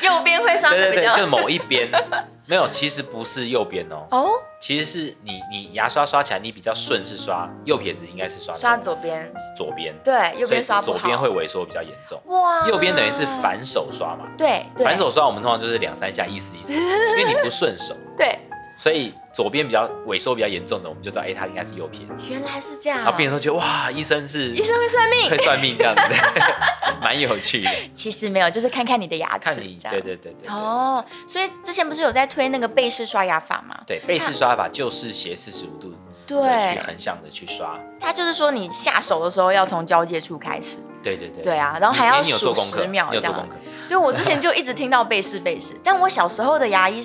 [SPEAKER 1] 右边会刷
[SPEAKER 2] 对
[SPEAKER 1] 的
[SPEAKER 2] 对
[SPEAKER 1] 比
[SPEAKER 2] 对，
[SPEAKER 1] 较
[SPEAKER 2] 就是某一边， 没有，其实不是右边哦，
[SPEAKER 1] 哦，
[SPEAKER 2] 其实是你你牙刷刷起来你比较顺是刷右撇子，应该是刷
[SPEAKER 1] 刷左边，
[SPEAKER 2] 左边，
[SPEAKER 1] 对，右
[SPEAKER 2] 所以
[SPEAKER 1] 边刷不
[SPEAKER 2] 左
[SPEAKER 1] 好。
[SPEAKER 2] 边会萎缩比较严重，
[SPEAKER 1] 哇，
[SPEAKER 2] 右边等于是反手刷嘛，
[SPEAKER 1] 对对
[SPEAKER 2] 反手刷我们通常就是两三下意思意 思，因为你不顺手，
[SPEAKER 1] 对，
[SPEAKER 2] 所以左边比较萎缩比较严重的，我们就知道，哎、他应该是右撇子，
[SPEAKER 1] 原来是这样。
[SPEAKER 2] 然后病人都觉得哇，医生是
[SPEAKER 1] 啊医生会算命
[SPEAKER 2] 会，算命这样子， 蛮有趣的，
[SPEAKER 1] 其实没有，就是看看你的牙齿
[SPEAKER 2] 看你
[SPEAKER 1] 这
[SPEAKER 2] 对
[SPEAKER 1] 样。
[SPEAKER 2] 对对对对。
[SPEAKER 1] 哦，所以之前不是有在推那个背式刷牙法吗？
[SPEAKER 2] 对，背式刷法就是斜四十五度
[SPEAKER 1] 对
[SPEAKER 2] 去横向的去刷。
[SPEAKER 1] 他就是说你下手的时候要从交界处开始，
[SPEAKER 2] 对对对。
[SPEAKER 1] 对啊，然后还要
[SPEAKER 2] 你你有做
[SPEAKER 1] 数
[SPEAKER 2] 功课，
[SPEAKER 1] 十秒
[SPEAKER 2] 你
[SPEAKER 1] 这
[SPEAKER 2] 有做
[SPEAKER 1] 样
[SPEAKER 2] 功。课，
[SPEAKER 1] 对，我之前就一直听到背试背试，但我小时候的牙医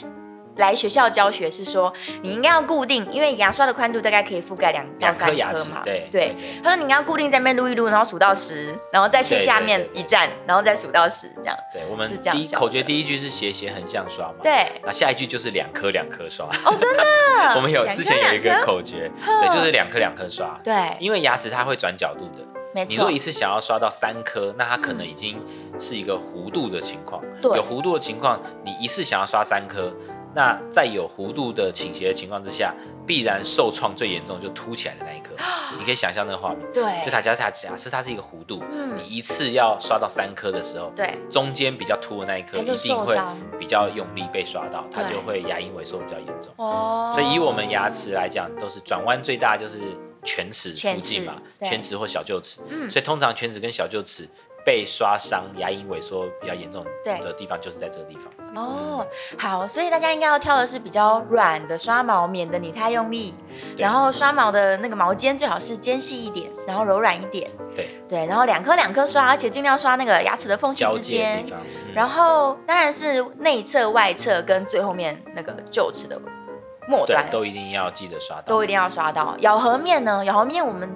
[SPEAKER 1] 来学校教学是说，你应该要固定，因为牙刷的宽度大概可以覆盖两到
[SPEAKER 2] 两
[SPEAKER 1] 三
[SPEAKER 2] 颗牙齿
[SPEAKER 1] 嘛。，
[SPEAKER 2] 对
[SPEAKER 1] 对
[SPEAKER 2] 对。
[SPEAKER 1] 他说你应该要固定在那边撸一撸，然后数到十，然后再去
[SPEAKER 2] 对
[SPEAKER 1] 下
[SPEAKER 2] 对
[SPEAKER 1] 面
[SPEAKER 2] 对
[SPEAKER 1] 一站，然后再数到十这样。
[SPEAKER 2] 对，我们
[SPEAKER 1] 是这样
[SPEAKER 2] 第一
[SPEAKER 1] 讲
[SPEAKER 2] 口诀第一句是斜斜横向刷嘛，
[SPEAKER 1] 对，
[SPEAKER 2] 那下一句就是两颗两颗刷。，
[SPEAKER 1] 哦，真的
[SPEAKER 2] 我们有
[SPEAKER 1] 两
[SPEAKER 2] 之
[SPEAKER 1] 颗
[SPEAKER 2] 前有
[SPEAKER 1] 两
[SPEAKER 2] 一
[SPEAKER 1] 颗
[SPEAKER 2] 个 口诀，对，就是两颗两颗刷，
[SPEAKER 1] 对，
[SPEAKER 2] 因为牙齿它会转角度的。
[SPEAKER 1] 没
[SPEAKER 2] 你如
[SPEAKER 1] 错
[SPEAKER 2] 果一，次想要刷到三颗，那它可能已经是一个弧度的情况。
[SPEAKER 1] 对
[SPEAKER 2] 有弧度的情况，你一次想要刷三颗，那在有弧度的倾斜的情况之下，必然受创最严重就凸起来的那 一颗。你可以想象那个画面，
[SPEAKER 1] 对
[SPEAKER 2] 就它假设它假设它是一个弧度，
[SPEAKER 1] 嗯
[SPEAKER 2] 你一次要刷到三颗的时候，
[SPEAKER 1] 对，
[SPEAKER 2] 中间比较凸的那一
[SPEAKER 1] 它
[SPEAKER 2] 颗
[SPEAKER 1] 就
[SPEAKER 2] 一定
[SPEAKER 1] 受
[SPEAKER 2] 会
[SPEAKER 1] 伤
[SPEAKER 2] 比较用力被刷到，它
[SPEAKER 1] 对
[SPEAKER 2] 就会牙龈萎缩比较严重。
[SPEAKER 1] 哦，
[SPEAKER 2] 所以以我们牙齿来讲，都是转弯最大就是犬齿附近嘛
[SPEAKER 1] 犬齿，对
[SPEAKER 2] 犬齿或小臼齿。
[SPEAKER 1] 嗯
[SPEAKER 2] 所以通常犬齿跟小臼齿被刷伤、牙龈萎缩比较严重
[SPEAKER 1] 对
[SPEAKER 2] 的地方，就是在这个地方。
[SPEAKER 1] 哦，好，所以大家应该要挑的是比较软的刷毛，免得你太用力。
[SPEAKER 2] 对
[SPEAKER 1] 然后刷毛的那个毛尖最好是尖细一点，然后柔软一点。
[SPEAKER 2] 对，
[SPEAKER 1] 对，然后两颗两颗刷，而且尽量刷那个牙齿的缝隙
[SPEAKER 2] 交
[SPEAKER 1] 之
[SPEAKER 2] 界的
[SPEAKER 1] 间
[SPEAKER 2] 地。方。嗯
[SPEAKER 1] 然后当然是内侧、外侧跟最后面那个臼齿的末
[SPEAKER 2] 对
[SPEAKER 1] 端
[SPEAKER 2] 都一定要记得刷到。
[SPEAKER 1] 都一定要刷到。咬合面呢？咬合面我们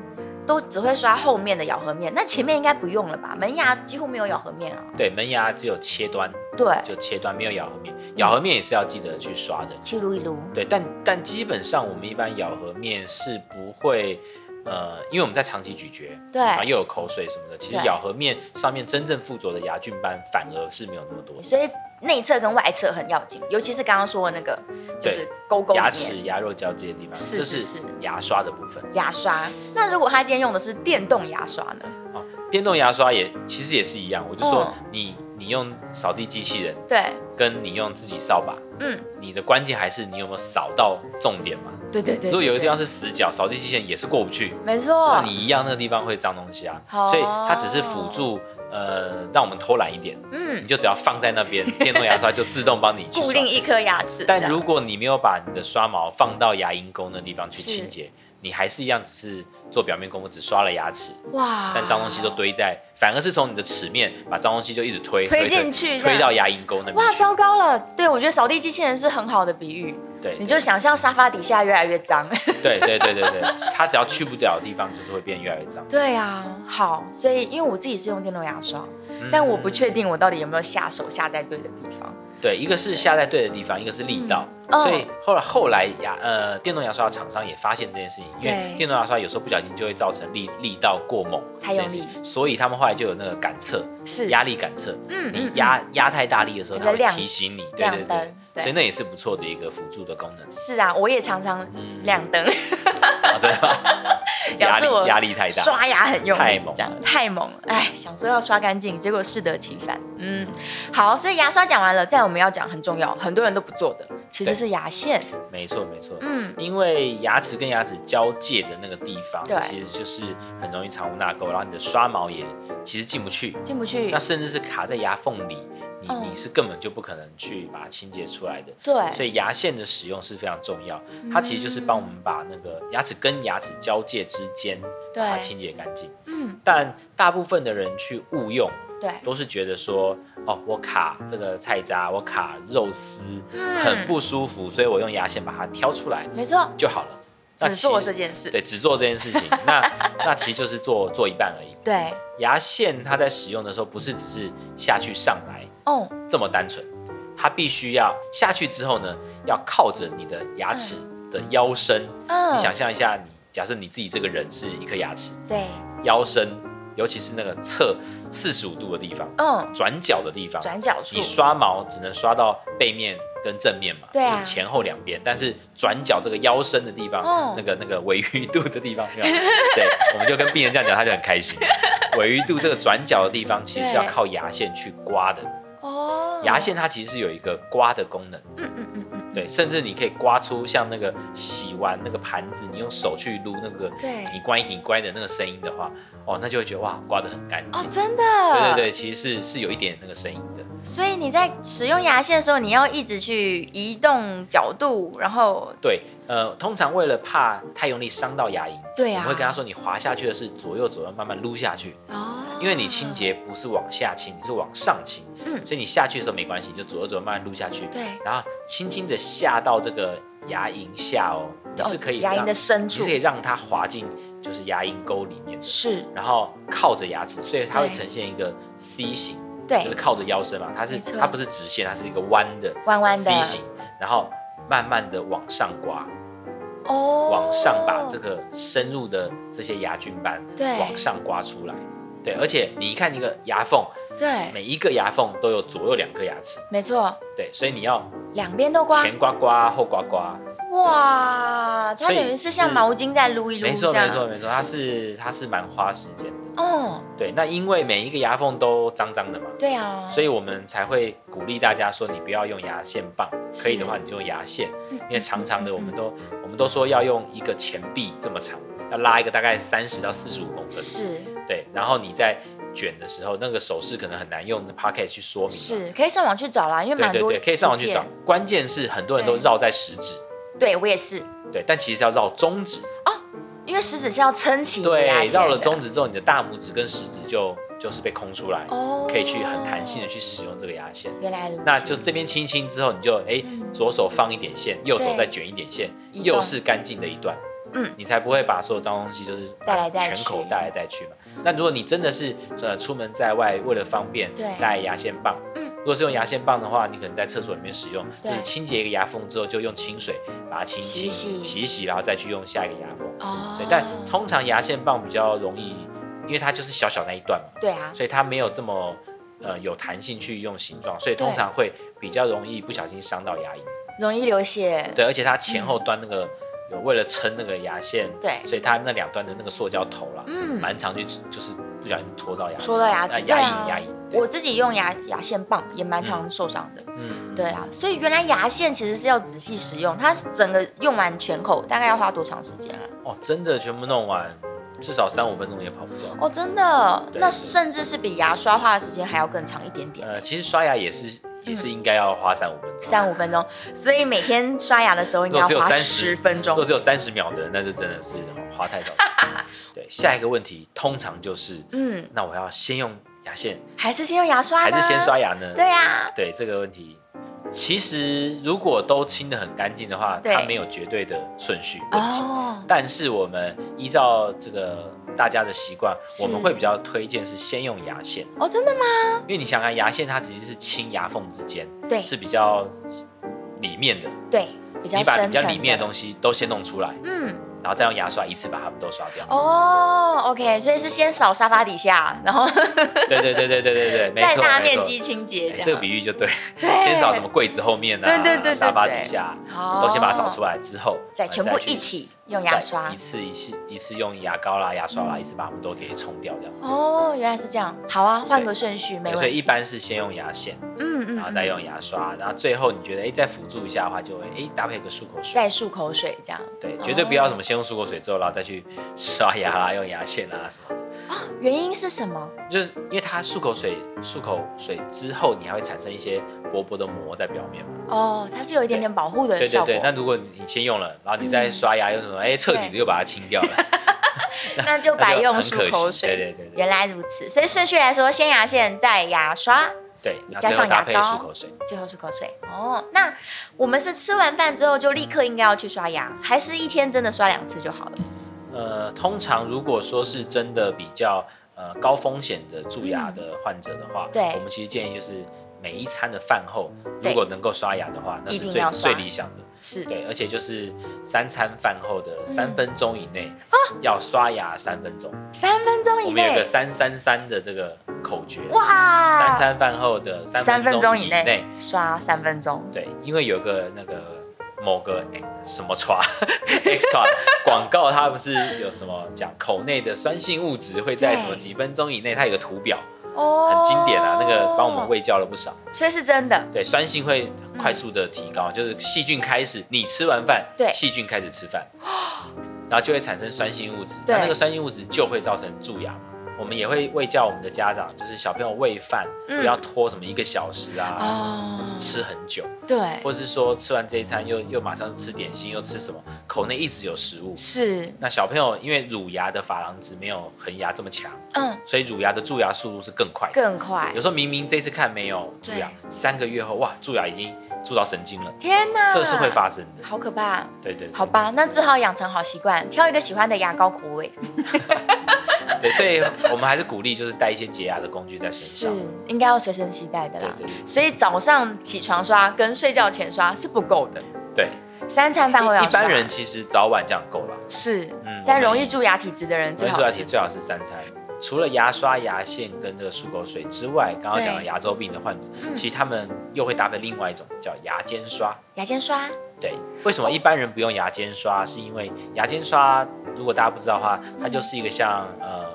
[SPEAKER 1] 都只会刷后面的咬合面，那前面应该不用了吧？门牙几乎没有咬合面啊。
[SPEAKER 2] 对，门牙只有切端，
[SPEAKER 1] 对，
[SPEAKER 2] 就切端没有咬合面，咬合面也是要记得去刷的。
[SPEAKER 1] 去撸一撸。
[SPEAKER 2] 对，但但基本上我们一般咬合面是不会，呃，因为我们在长期咀嚼，
[SPEAKER 1] 对
[SPEAKER 2] 然后又有口水什么的，其实
[SPEAKER 1] 对
[SPEAKER 2] 咬合面上面真正附着的牙菌斑反而是没有那么多。
[SPEAKER 1] 所以内侧跟外侧很要紧，尤其是刚刚说的那个，就是勾勾里面
[SPEAKER 2] 牙齿、牙肉交接的地方，
[SPEAKER 1] 是
[SPEAKER 2] 这
[SPEAKER 1] 是
[SPEAKER 2] 是
[SPEAKER 1] 是
[SPEAKER 2] 牙刷的部分
[SPEAKER 1] 牙刷。那如果他今天用的是电动牙刷呢？
[SPEAKER 2] 哦。电动牙刷也其实也是一样，我就说
[SPEAKER 1] 嗯
[SPEAKER 2] 你、你用扫地机器人
[SPEAKER 1] 对，
[SPEAKER 2] 跟你用自己扫把，
[SPEAKER 1] 嗯，
[SPEAKER 2] 你的关键还是你有没有扫到重点嘛。
[SPEAKER 1] 对对对
[SPEAKER 2] 如果有一个地方是死角，扫地机器人也是过不去，
[SPEAKER 1] 没错
[SPEAKER 2] 那，你一样那个地方会脏东西啊。
[SPEAKER 1] 哦
[SPEAKER 2] 所以它只是辅助呃让我们偷懒一点，你
[SPEAKER 1] 嗯，
[SPEAKER 2] 就只要放在那 边，电动牙刷就自动帮你去刷
[SPEAKER 1] 固定一颗牙齿。这
[SPEAKER 2] 但
[SPEAKER 1] 样
[SPEAKER 2] 如果你没有把你的刷毛放到牙龈沟那地方去
[SPEAKER 1] 是
[SPEAKER 2] 清洁，你还是一样只是做表面功夫，只刷了牙齿，
[SPEAKER 1] 哇，
[SPEAKER 2] 但脏东西都堆在，反而是从你的齿面把脏东西就一直推
[SPEAKER 1] 推进去这
[SPEAKER 2] 推
[SPEAKER 1] 样
[SPEAKER 2] 到牙龈沟那边去。
[SPEAKER 1] 哇，糟糕了！对，我觉得扫地机器人是很好的比喻，
[SPEAKER 2] 对
[SPEAKER 1] 你就想象沙发底下越来越脏。
[SPEAKER 2] 对对对对对，它只要去不了的地方，就是会变越来越脏。
[SPEAKER 1] 对啊，好，所以因为我自己是用电动牙刷，
[SPEAKER 2] 嗯
[SPEAKER 1] 但我不确定我到底有没有下手下在对的地方。
[SPEAKER 2] 对，一个是下在对的地方，一个是力道，
[SPEAKER 1] 嗯
[SPEAKER 2] 所以后来后来牙呃电动牙刷厂商也发现这件事情，因为
[SPEAKER 1] 对
[SPEAKER 2] 电动牙刷有时候不小心就会造成力力道过猛，
[SPEAKER 1] 太用
[SPEAKER 2] 这件
[SPEAKER 1] 力
[SPEAKER 2] 事情，所以他们后来就有那个感测
[SPEAKER 1] 是
[SPEAKER 2] 压力感测，
[SPEAKER 1] 嗯
[SPEAKER 2] 你压压太大力的时
[SPEAKER 1] 有
[SPEAKER 2] 候，它
[SPEAKER 1] 个
[SPEAKER 2] 会
[SPEAKER 1] 亮
[SPEAKER 2] 提醒你，对
[SPEAKER 1] 亮
[SPEAKER 2] 对
[SPEAKER 1] 灯
[SPEAKER 2] 对，
[SPEAKER 1] 对。
[SPEAKER 2] 所以那也是不错的一个辅助的功能
[SPEAKER 1] 是啊，我也常常
[SPEAKER 2] 嗯
[SPEAKER 1] 亮灯。
[SPEAKER 2] 啊，真的吗，
[SPEAKER 1] 表
[SPEAKER 2] 压
[SPEAKER 1] 示我
[SPEAKER 2] 力压力太大，
[SPEAKER 1] 刷牙很用力，
[SPEAKER 2] 太猛了
[SPEAKER 1] 这样太猛了，哎，想说要刷干净，结果适得其反。嗯，好，所以牙刷讲完了，再我们要讲很重要，很多人都不做的，其实
[SPEAKER 2] 对
[SPEAKER 1] 是牙线。
[SPEAKER 2] 没错没错。
[SPEAKER 1] 嗯，
[SPEAKER 2] 因为牙齿跟牙齿交界的那个地方
[SPEAKER 1] 对，
[SPEAKER 2] 其实就是很容易藏污纳垢，然后你的刷毛也其实进不去，
[SPEAKER 1] 进不去
[SPEAKER 2] 那。甚至是卡在牙缝里，你、
[SPEAKER 1] 嗯
[SPEAKER 2] 你是根本就不可能去把它清洁出来的。
[SPEAKER 1] 对嗯
[SPEAKER 2] 所以牙线的使用是非常重要，它其实就是帮我们把那个牙齿跟牙齿交界之间
[SPEAKER 1] 对
[SPEAKER 2] 把它清洁干净。
[SPEAKER 1] 嗯，
[SPEAKER 2] 但大部分的人去误用，
[SPEAKER 1] 对，
[SPEAKER 2] 都是觉得说，哦，我卡这个菜渣，我卡肉丝，
[SPEAKER 1] 嗯
[SPEAKER 2] 很不舒服，所以我用牙线把它挑出来
[SPEAKER 1] 没错，
[SPEAKER 2] 就好了。那
[SPEAKER 1] 只
[SPEAKER 2] 其
[SPEAKER 1] 做
[SPEAKER 2] 实
[SPEAKER 1] 这件事。
[SPEAKER 2] 对，只做这件事情，那那其实就是做做一半而已。
[SPEAKER 1] 对，
[SPEAKER 2] 牙线它在使用的时候，不是只是下去上来
[SPEAKER 1] 哦，
[SPEAKER 2] 这么单纯，它必须要下去之后呢，要靠着你的牙齿的腰身。
[SPEAKER 1] 嗯
[SPEAKER 2] 你，想象一下你，假设你自己这个人是一颗牙齿，
[SPEAKER 1] 对，
[SPEAKER 2] 腰身，尤其是那个侧四十五度的地方，
[SPEAKER 1] 嗯，
[SPEAKER 2] 转角的地方，
[SPEAKER 1] 转角处
[SPEAKER 2] 你，刷毛只能刷到背面跟正面嘛，
[SPEAKER 1] 对啊
[SPEAKER 2] 就是前后两边，但是转角这个腰身的地方，
[SPEAKER 1] 嗯
[SPEAKER 2] 那个那个尾鱼肚的地方，有没 有对，我们就跟病人这样讲，他就很开心。 尾鱼肚这个转角的地方，其实是要
[SPEAKER 1] 对
[SPEAKER 2] 靠牙线去刮的。
[SPEAKER 1] 哦，
[SPEAKER 2] 牙，线它其实是有一个刮的功能，
[SPEAKER 1] 嗯嗯嗯嗯，
[SPEAKER 2] 对，甚至你可以刮出像那个洗完那个盘子，你用手去撸那个
[SPEAKER 1] 对
[SPEAKER 2] 你关一紧关的那个声音的话，哦，那就会觉得哇，刮得很干净。
[SPEAKER 1] 哦，真的，
[SPEAKER 2] 对对对，其实是是有一点那个声音的。
[SPEAKER 1] 所以你在使用牙线的时候，你要一直去移动角度，然后
[SPEAKER 2] 对，呃，通常为了怕太用力伤到牙龈，
[SPEAKER 1] 对
[SPEAKER 2] 我
[SPEAKER 1] 啊，
[SPEAKER 2] 们会跟他说，你滑下去的是左右左右慢慢撸下去，
[SPEAKER 1] 哦，
[SPEAKER 2] 因为你清洁不是往下清，你是往上清，
[SPEAKER 1] 嗯
[SPEAKER 2] 所以你下去的时候没关系，你就左右左右慢慢撸下去，
[SPEAKER 1] 对
[SPEAKER 2] 然后轻轻的下到这个牙龈下哦，你是可以
[SPEAKER 1] 哦牙龈
[SPEAKER 2] 让
[SPEAKER 1] 的深
[SPEAKER 2] 你是
[SPEAKER 1] 处
[SPEAKER 2] 可以让它滑进就是牙龈沟里面的，
[SPEAKER 1] 是，
[SPEAKER 2] 然后靠着牙齿，所以它会
[SPEAKER 1] 对
[SPEAKER 2] 呈现一个 C 型，
[SPEAKER 1] 对
[SPEAKER 2] 就是靠着腰身嘛，它是
[SPEAKER 1] 没错
[SPEAKER 2] 它不是直线，它是一个弯的
[SPEAKER 1] 弯弯的
[SPEAKER 2] C 型，然后慢慢的往上刮，
[SPEAKER 1] 哦，
[SPEAKER 2] 往上把这个深入的这些牙菌斑
[SPEAKER 1] 对
[SPEAKER 2] 往上刮出来。对，而且你一看一个牙缝，
[SPEAKER 1] 对，
[SPEAKER 2] 每一个牙缝都有左右两颗牙齿，
[SPEAKER 1] 没错，
[SPEAKER 2] 对，所以你要
[SPEAKER 1] 两边都刮，
[SPEAKER 2] 前刮刮后刮刮，
[SPEAKER 1] 哇，它
[SPEAKER 2] 所以
[SPEAKER 1] 等于是像
[SPEAKER 2] 是
[SPEAKER 1] 毛巾在撸一撸
[SPEAKER 2] 没错
[SPEAKER 1] 这
[SPEAKER 2] 没
[SPEAKER 1] 样，
[SPEAKER 2] 错没错，它是它是蛮花时间的。
[SPEAKER 1] 哦，
[SPEAKER 2] 对，那因为每一个牙缝都脏脏的嘛，
[SPEAKER 1] 对啊，
[SPEAKER 2] 所
[SPEAKER 1] 以
[SPEAKER 2] 以我们才会鼓励大家说，你不要用牙线棒，可以的话你就用牙线，
[SPEAKER 1] 嗯
[SPEAKER 2] 因为长长的我们都我们都说要用一个前臂这么长，要拉一个大概三十到四十五公分，
[SPEAKER 1] 是
[SPEAKER 2] 对，然后你在卷的时候，那个手势可能很难用 p o c k e t 去说明，
[SPEAKER 1] 是，可以上网去找啦，因为
[SPEAKER 2] 对
[SPEAKER 1] 蛮
[SPEAKER 2] 对
[SPEAKER 1] 多
[SPEAKER 2] 对，可以上网去
[SPEAKER 1] 影
[SPEAKER 2] 找
[SPEAKER 1] 片，，
[SPEAKER 2] 关键是很多人都
[SPEAKER 1] 对
[SPEAKER 2] 绕在食指，
[SPEAKER 1] 对我也是，
[SPEAKER 2] 对，但其实要绕中指，
[SPEAKER 1] 因为食指是要撑起你的
[SPEAKER 2] 对
[SPEAKER 1] 牙，线
[SPEAKER 2] 绕了
[SPEAKER 1] 的
[SPEAKER 2] 中指之后，你的大拇指跟食指就就是被空出来，
[SPEAKER 1] 哦，
[SPEAKER 2] 可以去很弹性的，去使用这个牙线。
[SPEAKER 1] 原来如此，
[SPEAKER 2] 那就这边清一清之后，你就哎、左手放一点线，右手再卷一点线，
[SPEAKER 1] 嗯移动
[SPEAKER 2] 又是干净的一段，
[SPEAKER 1] 嗯，
[SPEAKER 2] 你才不会把所有脏东西就是
[SPEAKER 1] 带来带去
[SPEAKER 2] 全口带来带去嘛。那如果你真的是呃出门在外为了方便，
[SPEAKER 1] 对
[SPEAKER 2] 带牙线棒，
[SPEAKER 1] 嗯
[SPEAKER 2] 如果是用牙线棒的话，你可能在厕所里面使用，
[SPEAKER 1] 对
[SPEAKER 2] 就是清洁一个牙缝之后就用清水把它清
[SPEAKER 1] 洗一
[SPEAKER 2] 洗
[SPEAKER 1] 洗
[SPEAKER 2] 洗一洗，然后再去用下一个牙缝。
[SPEAKER 1] 哦，
[SPEAKER 2] 对，但通常牙线棒比较容易，因为它就是小小那一段嘛，
[SPEAKER 1] 对啊，
[SPEAKER 2] 所以它没有这么呃有弹性去用形状，所以通
[SPEAKER 1] 对
[SPEAKER 2] 常会比较容易不小心伤到牙龈。
[SPEAKER 1] 容易流血，
[SPEAKER 2] 对，而且它前后端那个、有为了撑那个牙线，
[SPEAKER 1] 对
[SPEAKER 2] 所以它那两端的那个塑胶头啦，
[SPEAKER 1] 嗯
[SPEAKER 2] 蛮常去就是不小心戳到牙齿，
[SPEAKER 1] 戳
[SPEAKER 2] 呃
[SPEAKER 1] 到牙齿，
[SPEAKER 2] 那牙
[SPEAKER 1] 对
[SPEAKER 2] 龈、
[SPEAKER 1] 啊
[SPEAKER 2] 牙龈，对
[SPEAKER 1] 我自己用牙牙线棒也蛮常受伤的，
[SPEAKER 2] 嗯，
[SPEAKER 1] 对啊，所以原来牙线其实是要仔细使用，它整个用完全口大概要花多长时间啊？
[SPEAKER 2] 哦，真的全部弄完，至少三五分钟也跑不掉。
[SPEAKER 1] 哦，真的，
[SPEAKER 2] 对
[SPEAKER 1] 那甚至是比牙刷花的时间还要更长一点点，
[SPEAKER 2] 呃，其实刷牙也是也
[SPEAKER 1] 嗯
[SPEAKER 2] 是应该要花三五分 钟。
[SPEAKER 1] 三五分钟，所以每天刷牙的时候应该要
[SPEAKER 2] 如果
[SPEAKER 1] 花
[SPEAKER 2] 只有
[SPEAKER 1] 十
[SPEAKER 2] 30
[SPEAKER 1] 分
[SPEAKER 2] 如果
[SPEAKER 1] 钟。
[SPEAKER 2] 只有三十秒的，那就真的是花太 少。对，下一个问题通常就是，
[SPEAKER 1] 嗯，
[SPEAKER 2] 那我要先用牙线，
[SPEAKER 1] 还是先用牙刷
[SPEAKER 2] 还
[SPEAKER 1] 呢？
[SPEAKER 2] 是先？刷牙呢？
[SPEAKER 1] 对啊，
[SPEAKER 2] 对这个问题，其实如果都清得很干净的话，
[SPEAKER 1] 对
[SPEAKER 2] 它没有绝对的顺序问题。
[SPEAKER 1] 哦，
[SPEAKER 2] 但是我们依照这个大家的习惯，
[SPEAKER 1] 是
[SPEAKER 2] 我们会比较推荐是先用牙线，
[SPEAKER 1] 哦，真的吗？
[SPEAKER 2] 因为你想看牙线它其实是清牙缝之间，
[SPEAKER 1] 对
[SPEAKER 2] 是比较里面的，
[SPEAKER 1] 对，比较
[SPEAKER 2] 你把
[SPEAKER 1] 深
[SPEAKER 2] 比较
[SPEAKER 1] 层
[SPEAKER 2] 里面的东西都先弄出来，
[SPEAKER 1] 嗯，
[SPEAKER 2] 然后再用牙刷一次把它们都刷 掉。
[SPEAKER 1] 哦，OK，所以是先扫沙发底下，然后
[SPEAKER 2] 对对对对对对对，没
[SPEAKER 1] 再
[SPEAKER 2] 错
[SPEAKER 1] 大
[SPEAKER 2] 没
[SPEAKER 1] 面
[SPEAKER 2] 错。
[SPEAKER 1] 积清洁
[SPEAKER 2] 哎
[SPEAKER 1] 这样。
[SPEAKER 2] 这个比喻就对，
[SPEAKER 1] 对
[SPEAKER 2] 先扫什么柜子后面啊，
[SPEAKER 1] 对对对对
[SPEAKER 2] 沙发
[SPEAKER 1] 对
[SPEAKER 2] 底下，
[SPEAKER 1] 哦
[SPEAKER 2] 都先把它扫出来之后，
[SPEAKER 1] 再全部
[SPEAKER 2] 去
[SPEAKER 1] 一起用
[SPEAKER 2] 再
[SPEAKER 1] 牙刷嗯
[SPEAKER 2] 一。次一次一次用牙膏啦、牙刷啦，一次把它们都给冲掉，这样。
[SPEAKER 1] 哦，原来是这样。好啊，换个顺序，没
[SPEAKER 2] 对
[SPEAKER 1] 问
[SPEAKER 2] 所
[SPEAKER 1] 题。
[SPEAKER 2] 以一般是先用牙线，
[SPEAKER 1] 嗯，嗯嗯，
[SPEAKER 2] 然后再用牙刷，然后最后你觉得哎再辅助一下的话，就会哎搭配个漱口水。
[SPEAKER 1] 再哦漱口水这样。
[SPEAKER 2] 对，绝对不要什么先用漱口水之后，然后再去刷牙啦、用牙线啊什么的，
[SPEAKER 1] 原因是什么？
[SPEAKER 2] 就是因为它漱口水漱口水之后，你还会产生一些薄薄的膜在表面嘛。
[SPEAKER 1] 哦，它是有一点点保护的
[SPEAKER 2] 对
[SPEAKER 1] 效
[SPEAKER 2] 对
[SPEAKER 1] 果。嗯
[SPEAKER 2] 对，那如果你先用了，然后你再刷牙用什么，哎、彻底的又把它清掉了，
[SPEAKER 1] 那就白用
[SPEAKER 2] 那就很
[SPEAKER 1] 漱
[SPEAKER 2] 可
[SPEAKER 1] 口
[SPEAKER 2] 惜
[SPEAKER 1] 水。
[SPEAKER 2] 对对对对
[SPEAKER 1] 原来如此，所以顺序来说，先牙线，再牙刷，
[SPEAKER 2] 对，
[SPEAKER 1] 你
[SPEAKER 2] 那
[SPEAKER 1] 加
[SPEAKER 2] 最后
[SPEAKER 1] 上牙
[SPEAKER 2] 搭配
[SPEAKER 1] 膏
[SPEAKER 2] 漱口水。
[SPEAKER 1] 最后漱口水。哦，那我们是吃完饭之后就立刻应该要去刷牙，还是一天真的刷两次就好了？
[SPEAKER 2] 呃，通常如果说是真的比较呃高风险的蛀牙的患者的话，
[SPEAKER 1] 嗯对
[SPEAKER 2] 我们其实建议就是每一餐的饭后，
[SPEAKER 1] 对
[SPEAKER 2] 如果能够刷牙的话，那
[SPEAKER 1] 一
[SPEAKER 2] 是
[SPEAKER 1] 定
[SPEAKER 2] 最
[SPEAKER 1] 要刷
[SPEAKER 2] 最理想的。
[SPEAKER 1] 是
[SPEAKER 2] 对，而且就是三餐饭后
[SPEAKER 1] 嗯
[SPEAKER 2] 的三分钟以内、
[SPEAKER 1] 啊
[SPEAKER 2] 要刷牙三分钟。
[SPEAKER 1] 三分钟
[SPEAKER 2] 我
[SPEAKER 1] 以
[SPEAKER 2] 们有一
[SPEAKER 1] 内
[SPEAKER 2] 个。三三三的这个口诀，
[SPEAKER 1] 哇，
[SPEAKER 2] 三餐饭后的
[SPEAKER 1] 三
[SPEAKER 2] 三
[SPEAKER 1] 分
[SPEAKER 2] 分
[SPEAKER 1] 钟
[SPEAKER 2] 钟
[SPEAKER 1] 以
[SPEAKER 2] 以
[SPEAKER 1] 内
[SPEAKER 2] 内。
[SPEAKER 1] 刷三分钟。
[SPEAKER 2] 对，因为有个那个某个哎什么刷 extra 广告，它不是有什么讲口内的酸性物质会在什么
[SPEAKER 1] 对
[SPEAKER 2] 几分钟以内，它有个图表
[SPEAKER 1] 哦
[SPEAKER 2] 很经典啊，那个帮我们，喂教了不少。
[SPEAKER 1] 所以是真的。
[SPEAKER 2] 对，酸性会
[SPEAKER 1] 嗯
[SPEAKER 2] 快速的提高，就是细菌开始你吃完饭，
[SPEAKER 1] 对
[SPEAKER 2] 细菌开始吃饭，然后就会产生酸性物质，
[SPEAKER 1] 对
[SPEAKER 2] 那那个酸性物质就会造成蛀牙嘛。我们也会喂教我们的家长，就是小朋友喂饭、不要拖什么一个小时啊，
[SPEAKER 1] 嗯哦
[SPEAKER 2] 或，是吃很久，
[SPEAKER 1] 对，
[SPEAKER 2] 或是说吃完这一餐又又马上吃点心，又吃什么，口内一直有食物。
[SPEAKER 1] 是，
[SPEAKER 2] 那小朋友因为乳牙的珐琅质没有恒牙这么强，
[SPEAKER 1] 嗯，
[SPEAKER 2] 所以乳牙的蛀牙速度是更快的。
[SPEAKER 1] 更快
[SPEAKER 2] 有。时候明明这次看没有蛀牙，三个月后哇，蛀牙已经蛀到神经了，
[SPEAKER 1] 天哪，
[SPEAKER 2] 这是会，发生的。
[SPEAKER 1] 好可怕。
[SPEAKER 2] 对对对
[SPEAKER 1] 好吧，那只好养成好习惯，挑一个喜欢的牙膏口味。
[SPEAKER 2] 对，所以我们还是鼓励就是带一些洁牙的工具在身上。，
[SPEAKER 1] 应该要随身携带的
[SPEAKER 2] 对
[SPEAKER 1] 啦。
[SPEAKER 2] 对
[SPEAKER 1] 所以早上起床刷跟睡觉前刷是不够的，
[SPEAKER 2] 对，
[SPEAKER 1] 三餐饭后要
[SPEAKER 2] 一
[SPEAKER 1] 刷
[SPEAKER 2] 一般人其实早晚这样够了。
[SPEAKER 1] 是，
[SPEAKER 2] 嗯
[SPEAKER 1] 但
[SPEAKER 2] 我们
[SPEAKER 1] 容易蛀牙体质的人最
[SPEAKER 2] 所以
[SPEAKER 1] 好
[SPEAKER 2] 说牙
[SPEAKER 1] 是
[SPEAKER 2] 体最好是三餐，除了牙刷、牙线跟这个漱口水之外，刚刚讲的
[SPEAKER 1] 对嗯
[SPEAKER 2] 牙周病的患者，其实他们又会搭配另外一种叫牙尖刷。
[SPEAKER 1] 牙尖刷，
[SPEAKER 2] 对，
[SPEAKER 1] 哦
[SPEAKER 2] 为什么一般人不用牙尖刷？是因为牙尖刷，如果大家不知道的话，它就是一个像呃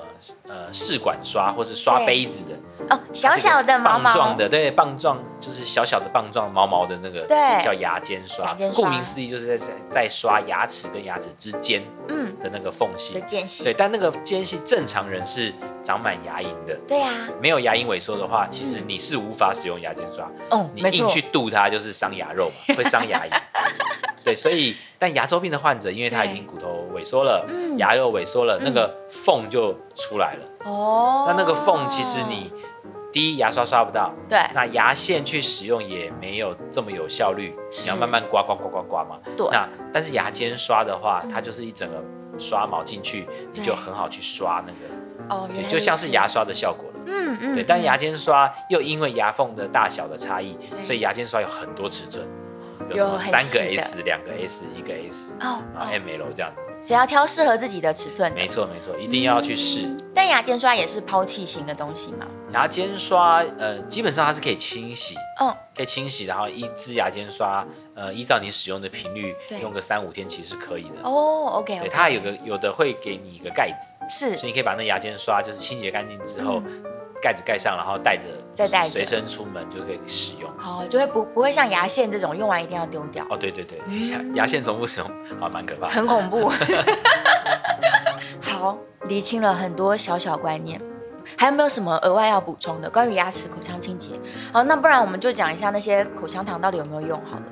[SPEAKER 2] 呃试管刷或是刷
[SPEAKER 1] 对
[SPEAKER 2] 杯子的
[SPEAKER 1] 哦，小小的毛毛
[SPEAKER 2] 棒状的，对，棒状就是小小的棒状毛毛的那个，
[SPEAKER 1] 对
[SPEAKER 2] 叫牙尖刷。
[SPEAKER 1] 牙尖刷
[SPEAKER 2] 顾名思义，就是在在刷牙齿跟牙齿之间
[SPEAKER 1] 嗯
[SPEAKER 2] 的那个缝
[SPEAKER 1] 的
[SPEAKER 2] 隙。
[SPEAKER 1] 间隙
[SPEAKER 2] 对，，但那个间隙正常人是长满牙龈的，
[SPEAKER 1] 对啊呀，
[SPEAKER 2] 没有牙龈萎缩的话，其实你是无法使用牙尖刷，
[SPEAKER 1] 哦，
[SPEAKER 2] 你
[SPEAKER 1] 没
[SPEAKER 2] 硬
[SPEAKER 1] 错，
[SPEAKER 2] 去度它就是伤牙肉嘛，会伤 牙龈。对，所以但牙周病的患者，因为他
[SPEAKER 1] 对
[SPEAKER 2] 已经骨头萎缩了，
[SPEAKER 1] 嗯
[SPEAKER 2] 牙肉萎缩了，
[SPEAKER 1] 嗯
[SPEAKER 2] 那个缝就出来了。
[SPEAKER 1] 哦，
[SPEAKER 2] 那那个缝其实你第一牙刷刷不到，
[SPEAKER 1] 对
[SPEAKER 2] 那牙线去使用也没有这么有效率，
[SPEAKER 1] 是
[SPEAKER 2] 你要慢慢刮刮刮刮刮嘛。
[SPEAKER 1] 对
[SPEAKER 2] 那但是牙尖刷的话，
[SPEAKER 1] 嗯
[SPEAKER 2] 它就是一整个刷毛进去，你
[SPEAKER 1] 对
[SPEAKER 2] 就很好去刷那个，
[SPEAKER 1] 哦，原来
[SPEAKER 2] 就像
[SPEAKER 1] 如
[SPEAKER 2] 是
[SPEAKER 1] 此
[SPEAKER 2] 牙，刷的效果了。
[SPEAKER 1] 嗯嗯，
[SPEAKER 2] 对，但
[SPEAKER 1] 嗯
[SPEAKER 2] 牙尖刷又因为牙缝的大小的差异
[SPEAKER 1] 对，
[SPEAKER 2] 所以牙尖刷有很多尺寸，有
[SPEAKER 1] 有
[SPEAKER 2] 什么
[SPEAKER 1] 很
[SPEAKER 2] 三个
[SPEAKER 1] 细的
[SPEAKER 2] S、两个 S、一个 S，
[SPEAKER 1] 哦
[SPEAKER 2] 然后
[SPEAKER 1] 哦，
[SPEAKER 2] ML 这样。
[SPEAKER 1] 只要挑适合自己的尺寸的，
[SPEAKER 2] 哎没错没错，一定要去试。
[SPEAKER 1] 但牙尖刷也是抛弃型的东西嘛，
[SPEAKER 2] 牙尖刷，呃，基本上它是可以清洗，
[SPEAKER 1] 嗯，
[SPEAKER 2] 可以清洗，然后一支牙尖刷，呃，依照你使用的频率
[SPEAKER 1] 对，
[SPEAKER 2] 用个三五天其实是可以的。
[SPEAKER 1] 哦，OK，
[SPEAKER 2] 对，它还有个有的会给你一个盖子，
[SPEAKER 1] 是
[SPEAKER 2] 所以你可以把那牙尖刷就是清洁干净之后，盖子盖上，然后带着
[SPEAKER 1] 嗯再带着
[SPEAKER 2] 随身出门就可以使用。
[SPEAKER 1] 哦，就会不不会像牙线这种用完一定要丢掉，
[SPEAKER 2] 哦，对对对，牙牙线重复使用，啊，蛮可怕
[SPEAKER 1] 嗯
[SPEAKER 2] 的。
[SPEAKER 1] 很恐 怖。好，理清了很多小小观念，还有没有什么额外要补充的关于牙齿口腔清洁？好，那不然我们就讲一下那些口香糖到底有没有用好了。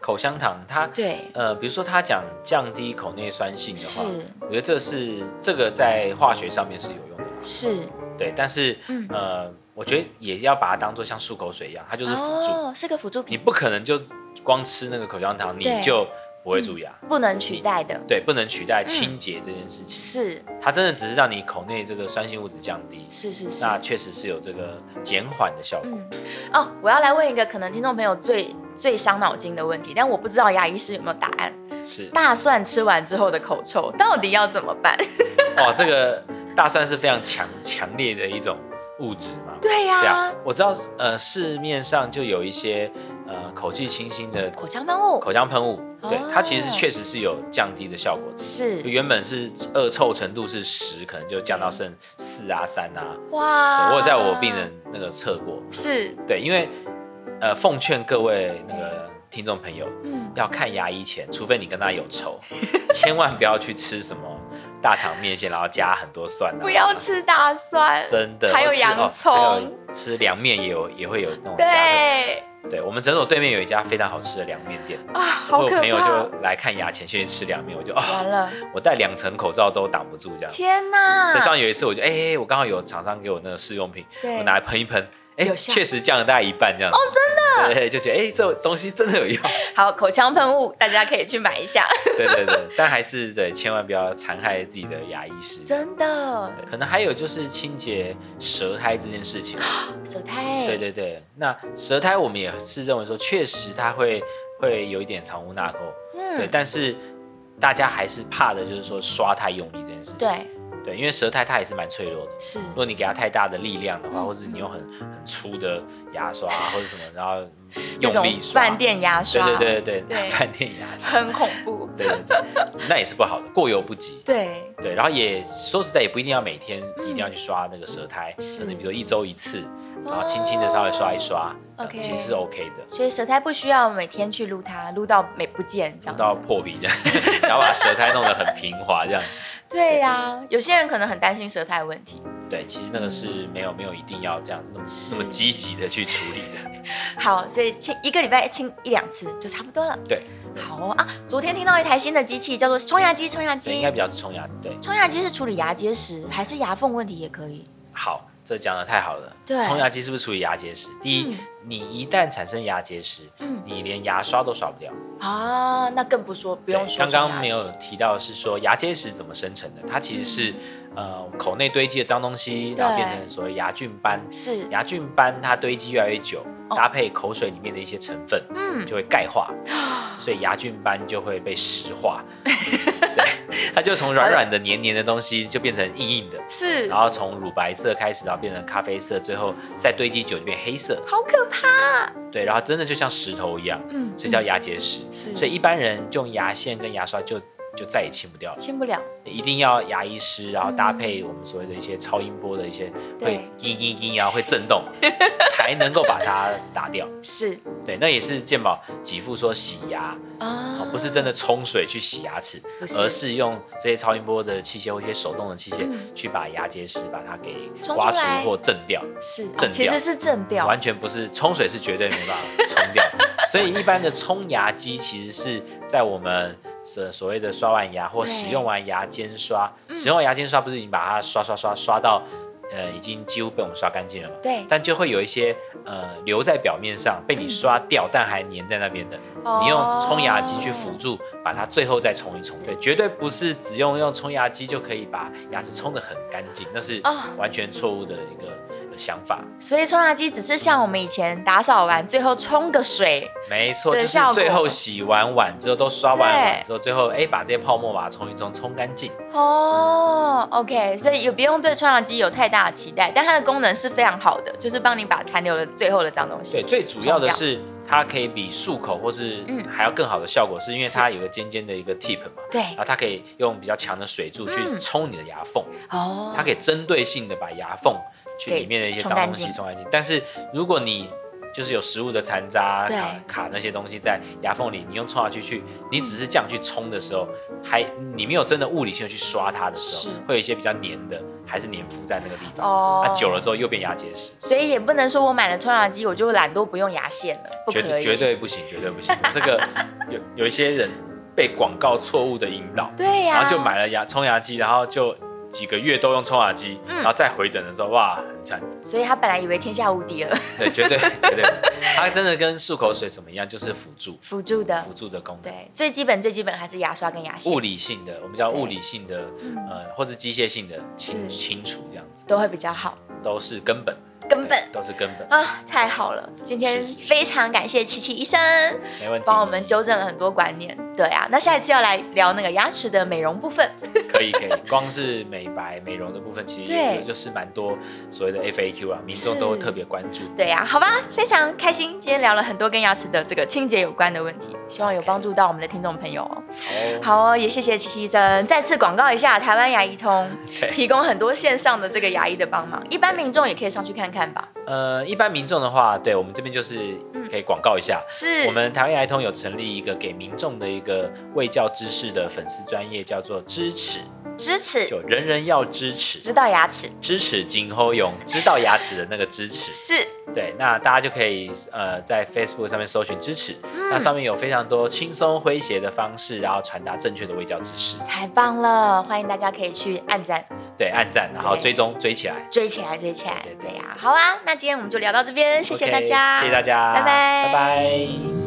[SPEAKER 2] 口香糖它。
[SPEAKER 1] 对，
[SPEAKER 2] 呃，比如说它讲降低口内酸性的话，
[SPEAKER 1] 是
[SPEAKER 2] 我觉得这是这个在化学上面是有用的。
[SPEAKER 1] 是，
[SPEAKER 2] 对，但是、
[SPEAKER 1] 嗯
[SPEAKER 2] 呃，我觉得也要把它当做像漱口水一样，它就是辅助。
[SPEAKER 1] 哦，是个辅助
[SPEAKER 2] 你
[SPEAKER 1] 品，
[SPEAKER 2] 不可能就光吃那个口香糖，
[SPEAKER 1] 对嗯
[SPEAKER 2] 你就不会蛀牙。
[SPEAKER 1] 不能取代的。
[SPEAKER 2] 对，不能取代清洁这件事情，
[SPEAKER 1] 是
[SPEAKER 2] 它真的只是让你口内这个酸性物质降低，
[SPEAKER 1] 是是是。
[SPEAKER 2] 那确实是有这个减缓的效果。
[SPEAKER 1] 嗯，哦，我要来问一个可能听众朋友最最伤脑筋的问题，但我不知道牙医师有没有答案。
[SPEAKER 2] 是
[SPEAKER 1] 大蒜吃完之后的口臭到底要怎么办？
[SPEAKER 2] 哦，这个大蒜是非常强强烈的一种物质嘛。
[SPEAKER 1] 对呀、
[SPEAKER 2] 对啊，我知道，呃，市面上就有一些呃口气清新的
[SPEAKER 1] 口腔喷雾
[SPEAKER 2] 口腔喷雾，对
[SPEAKER 1] 哦
[SPEAKER 2] 它其实确实是有降低的效果的。
[SPEAKER 1] 是
[SPEAKER 2] 原本是恶臭程度是十，可能就降到剩四啊三啊。
[SPEAKER 1] 哇，
[SPEAKER 2] 我有在我病人那个测过，
[SPEAKER 1] 是
[SPEAKER 2] 对，因为呃奉劝各位那个听众朋友，
[SPEAKER 1] 嗯
[SPEAKER 2] 要看牙医前，除非你跟他有 仇，千万不要去吃什么大肠面线，然后加很多蒜、啊，
[SPEAKER 1] 不要。吃大蒜，
[SPEAKER 2] 真的，
[SPEAKER 1] 还有
[SPEAKER 2] 我吃
[SPEAKER 1] 洋
[SPEAKER 2] 哦还
[SPEAKER 1] 葱，
[SPEAKER 2] 有吃凉面也有也会有那种加的。
[SPEAKER 1] 对
[SPEAKER 2] 对，我们诊所对面有一家非常好吃的凉面店，
[SPEAKER 1] 啊，
[SPEAKER 2] 我
[SPEAKER 1] 好
[SPEAKER 2] 有
[SPEAKER 1] 可
[SPEAKER 2] 朋友
[SPEAKER 1] 怕，
[SPEAKER 2] 就来看牙前先去吃凉面，我就哦，
[SPEAKER 1] 完了，
[SPEAKER 2] 我戴两层口罩都挡不住这样。
[SPEAKER 1] 天哪
[SPEAKER 2] 所以，上有一次我就哎、哎我刚好有厂商给我那个试用品，
[SPEAKER 1] 嗯对
[SPEAKER 2] 我拿来喷一喷，哎、
[SPEAKER 1] 有效
[SPEAKER 2] 确实降了大概一半这样子。哦，真的。对，就觉得哎、这东西真的 有用。
[SPEAKER 1] 好口腔喷雾，大家可以去买一下，
[SPEAKER 2] 对对对，但还是对，千万不要残害自己的牙医师。
[SPEAKER 1] 真的，
[SPEAKER 2] 对可能还有就是清洁舌苔这件事情，
[SPEAKER 1] 手太
[SPEAKER 2] 对对对，那舌苔我们也是认为说，确实它会会有一点藏污纳垢，
[SPEAKER 1] 嗯
[SPEAKER 2] 对，但是大家还是怕的就是说刷太用力这件事情，
[SPEAKER 1] 对
[SPEAKER 2] 对，因为舌苔它也是蛮脆弱的，
[SPEAKER 1] 是
[SPEAKER 2] 如果你给它太大的力量的话，
[SPEAKER 1] 嗯
[SPEAKER 2] 或是你用很很粗的牙刷、 啊、或者什么，然后
[SPEAKER 1] 那
[SPEAKER 2] 用
[SPEAKER 1] 种
[SPEAKER 2] 力刷，
[SPEAKER 1] 饭店牙
[SPEAKER 2] 对
[SPEAKER 1] 刷，
[SPEAKER 2] 对对对
[SPEAKER 1] 对
[SPEAKER 2] 对， 饭店牙刷，
[SPEAKER 1] 很恐怖，
[SPEAKER 2] 对对对，那也是不好的，过犹不及。
[SPEAKER 1] 对
[SPEAKER 2] 对，然后也说实在也不一定要每天
[SPEAKER 1] 嗯
[SPEAKER 2] 一定要去刷那个舌苔，
[SPEAKER 1] 是
[SPEAKER 2] 可能比如说一周一次，然后轻轻的稍微刷一刷，这样
[SPEAKER 1] 嗯 OK
[SPEAKER 2] 其实是 OK 的。
[SPEAKER 1] 所以舌苔不需要每天去撸它，撸到没不见这样
[SPEAKER 2] 到
[SPEAKER 1] 子。
[SPEAKER 2] 破 皮这样，然后把舌苔弄得很平滑这样。
[SPEAKER 1] 对呀、有些人可能很担心舌苔问题，
[SPEAKER 2] 对，其实那个是没有没有一定要这样那么那么积极的去处理的。
[SPEAKER 1] 好，所以清一个礼拜清一两次就差不多了。
[SPEAKER 2] 对，
[SPEAKER 1] 好哦啊，昨天听到一台新的机器叫做冲牙机，冲牙
[SPEAKER 2] 这应
[SPEAKER 1] 机
[SPEAKER 2] 该，比较是冲牙。对，
[SPEAKER 1] 冲牙机是处理牙结石还是牙缝问题也可以。
[SPEAKER 2] 好，这讲的太好了。
[SPEAKER 1] 对
[SPEAKER 2] 冲牙机是不是处理牙结石？第一，
[SPEAKER 1] 嗯
[SPEAKER 2] 你一旦产生牙结石，
[SPEAKER 1] 嗯
[SPEAKER 2] 你连牙刷都刷不掉。
[SPEAKER 1] 啊，那更不说，不用
[SPEAKER 2] 对
[SPEAKER 1] 说
[SPEAKER 2] 刚
[SPEAKER 1] 冲牙机。
[SPEAKER 2] 刚没有提到是说牙结石怎么生成的？它其实是、
[SPEAKER 1] 嗯
[SPEAKER 2] 呃口内堆积的脏东西，然后变成所谓牙菌斑。
[SPEAKER 1] 是，
[SPEAKER 2] 牙菌斑它堆积越来越久，
[SPEAKER 1] 哦
[SPEAKER 2] 搭配口水里面的一些成分，
[SPEAKER 1] 嗯，
[SPEAKER 2] 就会钙 化，所以牙菌斑就会被石 化。对，它就从软软的、黏黏的东西就变成硬硬的，
[SPEAKER 1] 是，
[SPEAKER 2] 然后从乳白色开始，然后变成咖啡色，最后再堆积久就变黑色。
[SPEAKER 1] 好可怕。
[SPEAKER 2] 对，然后真的就像石头一样，
[SPEAKER 1] 嗯，
[SPEAKER 2] 所以叫
[SPEAKER 1] 嗯
[SPEAKER 2] 牙结石。
[SPEAKER 1] 是
[SPEAKER 2] 所以一般人用牙线跟牙刷就就再也清不掉了，
[SPEAKER 1] 清不了。
[SPEAKER 2] 一定要牙医师，然后搭配我们所谓的一些超音波的一些
[SPEAKER 1] 对
[SPEAKER 2] 会叮叮叮，然后会震动， 才能够把它打掉。
[SPEAKER 1] 是
[SPEAKER 2] 对，那也是健保给付说洗牙，
[SPEAKER 1] 啊
[SPEAKER 2] 哦，不是真的冲水去洗牙齿
[SPEAKER 1] 不是，
[SPEAKER 2] 而是用这些超音波的器械或一些手动的器械
[SPEAKER 1] 嗯
[SPEAKER 2] 去把牙结石把它给
[SPEAKER 1] 冲出
[SPEAKER 2] 刮除
[SPEAKER 1] 来
[SPEAKER 2] 或震掉。
[SPEAKER 1] 是，哦
[SPEAKER 2] 震
[SPEAKER 1] 其
[SPEAKER 2] 掉
[SPEAKER 1] 实是震掉。
[SPEAKER 2] 完全不是冲水是绝对没办法冲掉，所以一般的冲牙机其实是在我们所所谓的刷完牙或
[SPEAKER 1] 对嗯
[SPEAKER 2] 使用完牙尖刷，使用完牙尖刷不是已经把它刷刷刷刷到呃已经几乎被我们刷干净了吗？
[SPEAKER 1] 对，
[SPEAKER 2] 但就会有一些呃留在表面上被你刷掉，但还粘在那边的，
[SPEAKER 1] 嗯
[SPEAKER 2] 你用冲牙机去辅助，把它最后再冲一
[SPEAKER 1] 哦
[SPEAKER 2] 冲。对，绝对不是只用用冲牙机就可以把牙齿冲得很干净，那是
[SPEAKER 1] 啊
[SPEAKER 2] 完全错误的一个呃想法。
[SPEAKER 1] 所以冲牙机只是像我们以前打扫完最后冲个水，
[SPEAKER 2] 没错，
[SPEAKER 1] 的
[SPEAKER 2] 就是
[SPEAKER 1] 效果
[SPEAKER 2] 最后洗完碗之后都刷完碗
[SPEAKER 1] 对
[SPEAKER 2] 之后，最后哎、把这些泡沫把它冲一冲，冲干净。
[SPEAKER 1] 哦，OK，所以也不用对冲牙机有太大的期待，但它的功能是非常好的，就是帮你把残留的最后的脏东西。
[SPEAKER 2] 对，最主要的是它可以比漱口或是
[SPEAKER 1] 嗯
[SPEAKER 2] 还要更好的效果，是因为
[SPEAKER 1] 是
[SPEAKER 2] 它有个尖尖的一个 tip 嘛，
[SPEAKER 1] 对
[SPEAKER 2] 然，后它可以用比较强的水柱去
[SPEAKER 1] 嗯
[SPEAKER 2] 冲你的牙缝，
[SPEAKER 1] 哦，
[SPEAKER 2] 它可以针对性的把牙缝去
[SPEAKER 1] 给
[SPEAKER 2] 里面的一些
[SPEAKER 1] 冲
[SPEAKER 2] 脏
[SPEAKER 1] 干
[SPEAKER 2] 东西
[SPEAKER 1] 净
[SPEAKER 2] 冲干净。但是如果你就是有食物的残渣
[SPEAKER 1] 对
[SPEAKER 2] 卡卡那些东西在牙缝里，你用冲牙器去，你只是这样去冲的时候，还你没有真的物理性的去刷它的时候
[SPEAKER 1] 是，
[SPEAKER 2] 会有一些比较黏的，还是黏附在那个地方。
[SPEAKER 1] 哦
[SPEAKER 2] 那久了之后又变牙结石，
[SPEAKER 1] 所以也不能说我买了冲牙机我就懒惰不用牙线了，不
[SPEAKER 2] 绝
[SPEAKER 1] 可
[SPEAKER 2] 对
[SPEAKER 1] 以，
[SPEAKER 2] 绝对不行，绝对不行。这个有有一些人被广告错误的引导，
[SPEAKER 1] 对呀、
[SPEAKER 2] 然后就买了牙冲牙机，然后就几个月都用冲牙机，
[SPEAKER 1] 嗯
[SPEAKER 2] 然后再回诊的时候，哇，很惨。
[SPEAKER 1] 所以他本来以为天下无敌了，
[SPEAKER 2] 对，绝对绝对， 它真的跟漱口水什么一样，就是辅助
[SPEAKER 1] 辅助的
[SPEAKER 2] 辅，助的功能，
[SPEAKER 1] 对，最基本最基本还是牙刷跟牙线
[SPEAKER 2] 物理性的，我们叫
[SPEAKER 1] 对嗯
[SPEAKER 2] 物理性的，呃，或是机械性的清
[SPEAKER 1] 是
[SPEAKER 2] 清除，这样子
[SPEAKER 1] 都会比较好，
[SPEAKER 2] 都是根本，
[SPEAKER 1] 根
[SPEAKER 2] 对
[SPEAKER 1] 本。
[SPEAKER 2] 都是根本，
[SPEAKER 1] 啊，太好了！今天
[SPEAKER 2] 是
[SPEAKER 1] 非常感谢琪琪医生。
[SPEAKER 2] 没问题。
[SPEAKER 1] 帮我们纠正了很多观念。对啊，那下一次要来聊那个牙齿的美容部分。
[SPEAKER 2] 可以可以，光是美白美容的部分，其实
[SPEAKER 1] 对
[SPEAKER 2] 有就是蛮多所谓的 FAQ 啊，民众
[SPEAKER 1] 是
[SPEAKER 2] 都会特别关注。
[SPEAKER 1] 对呀、啊，好吧，非常开心，今天聊了很多跟牙齿的这个清洁有关的问题，希望有
[SPEAKER 2] OK
[SPEAKER 1] 帮助到我们的听众朋友哦。
[SPEAKER 2] 哦，
[SPEAKER 1] 好哦，也谢谢琪琪医生，再次广告一下台湾牙医通，
[SPEAKER 2] 对
[SPEAKER 1] 提供很多线上的这个牙医的帮忙，一般民众也可以上去看看吧。
[SPEAKER 2] 呃，一般民众的话，对我们这边就是可以广告一下，
[SPEAKER 1] 嗯是，
[SPEAKER 2] 我们台湾牙医通有成立一个给民众的一个卫教知识的粉丝专业，叫做支持，
[SPEAKER 1] 支持
[SPEAKER 2] 就人人要支持，
[SPEAKER 1] 知道牙齿
[SPEAKER 2] 支持今后用知道牙齿的那个支持。
[SPEAKER 1] 是
[SPEAKER 2] 对，那大家就可以呃在 Facebook 上面搜寻支持，
[SPEAKER 1] 嗯
[SPEAKER 2] 那上面有非常多轻松诙谐的方式，然后传达正确的卫教知识。
[SPEAKER 1] 太棒了，欢迎大家可以去按赞
[SPEAKER 2] 对，按赞，然后
[SPEAKER 1] 对
[SPEAKER 2] 追踪追起来。
[SPEAKER 1] 追起来追起来
[SPEAKER 2] 对。对
[SPEAKER 1] 对啊
[SPEAKER 2] 对
[SPEAKER 1] 呀、好啊，那今天我们就聊到这边，谢谢大
[SPEAKER 2] OK，
[SPEAKER 1] 家，
[SPEAKER 2] 谢谢大家，
[SPEAKER 1] 拜拜
[SPEAKER 2] 拜拜。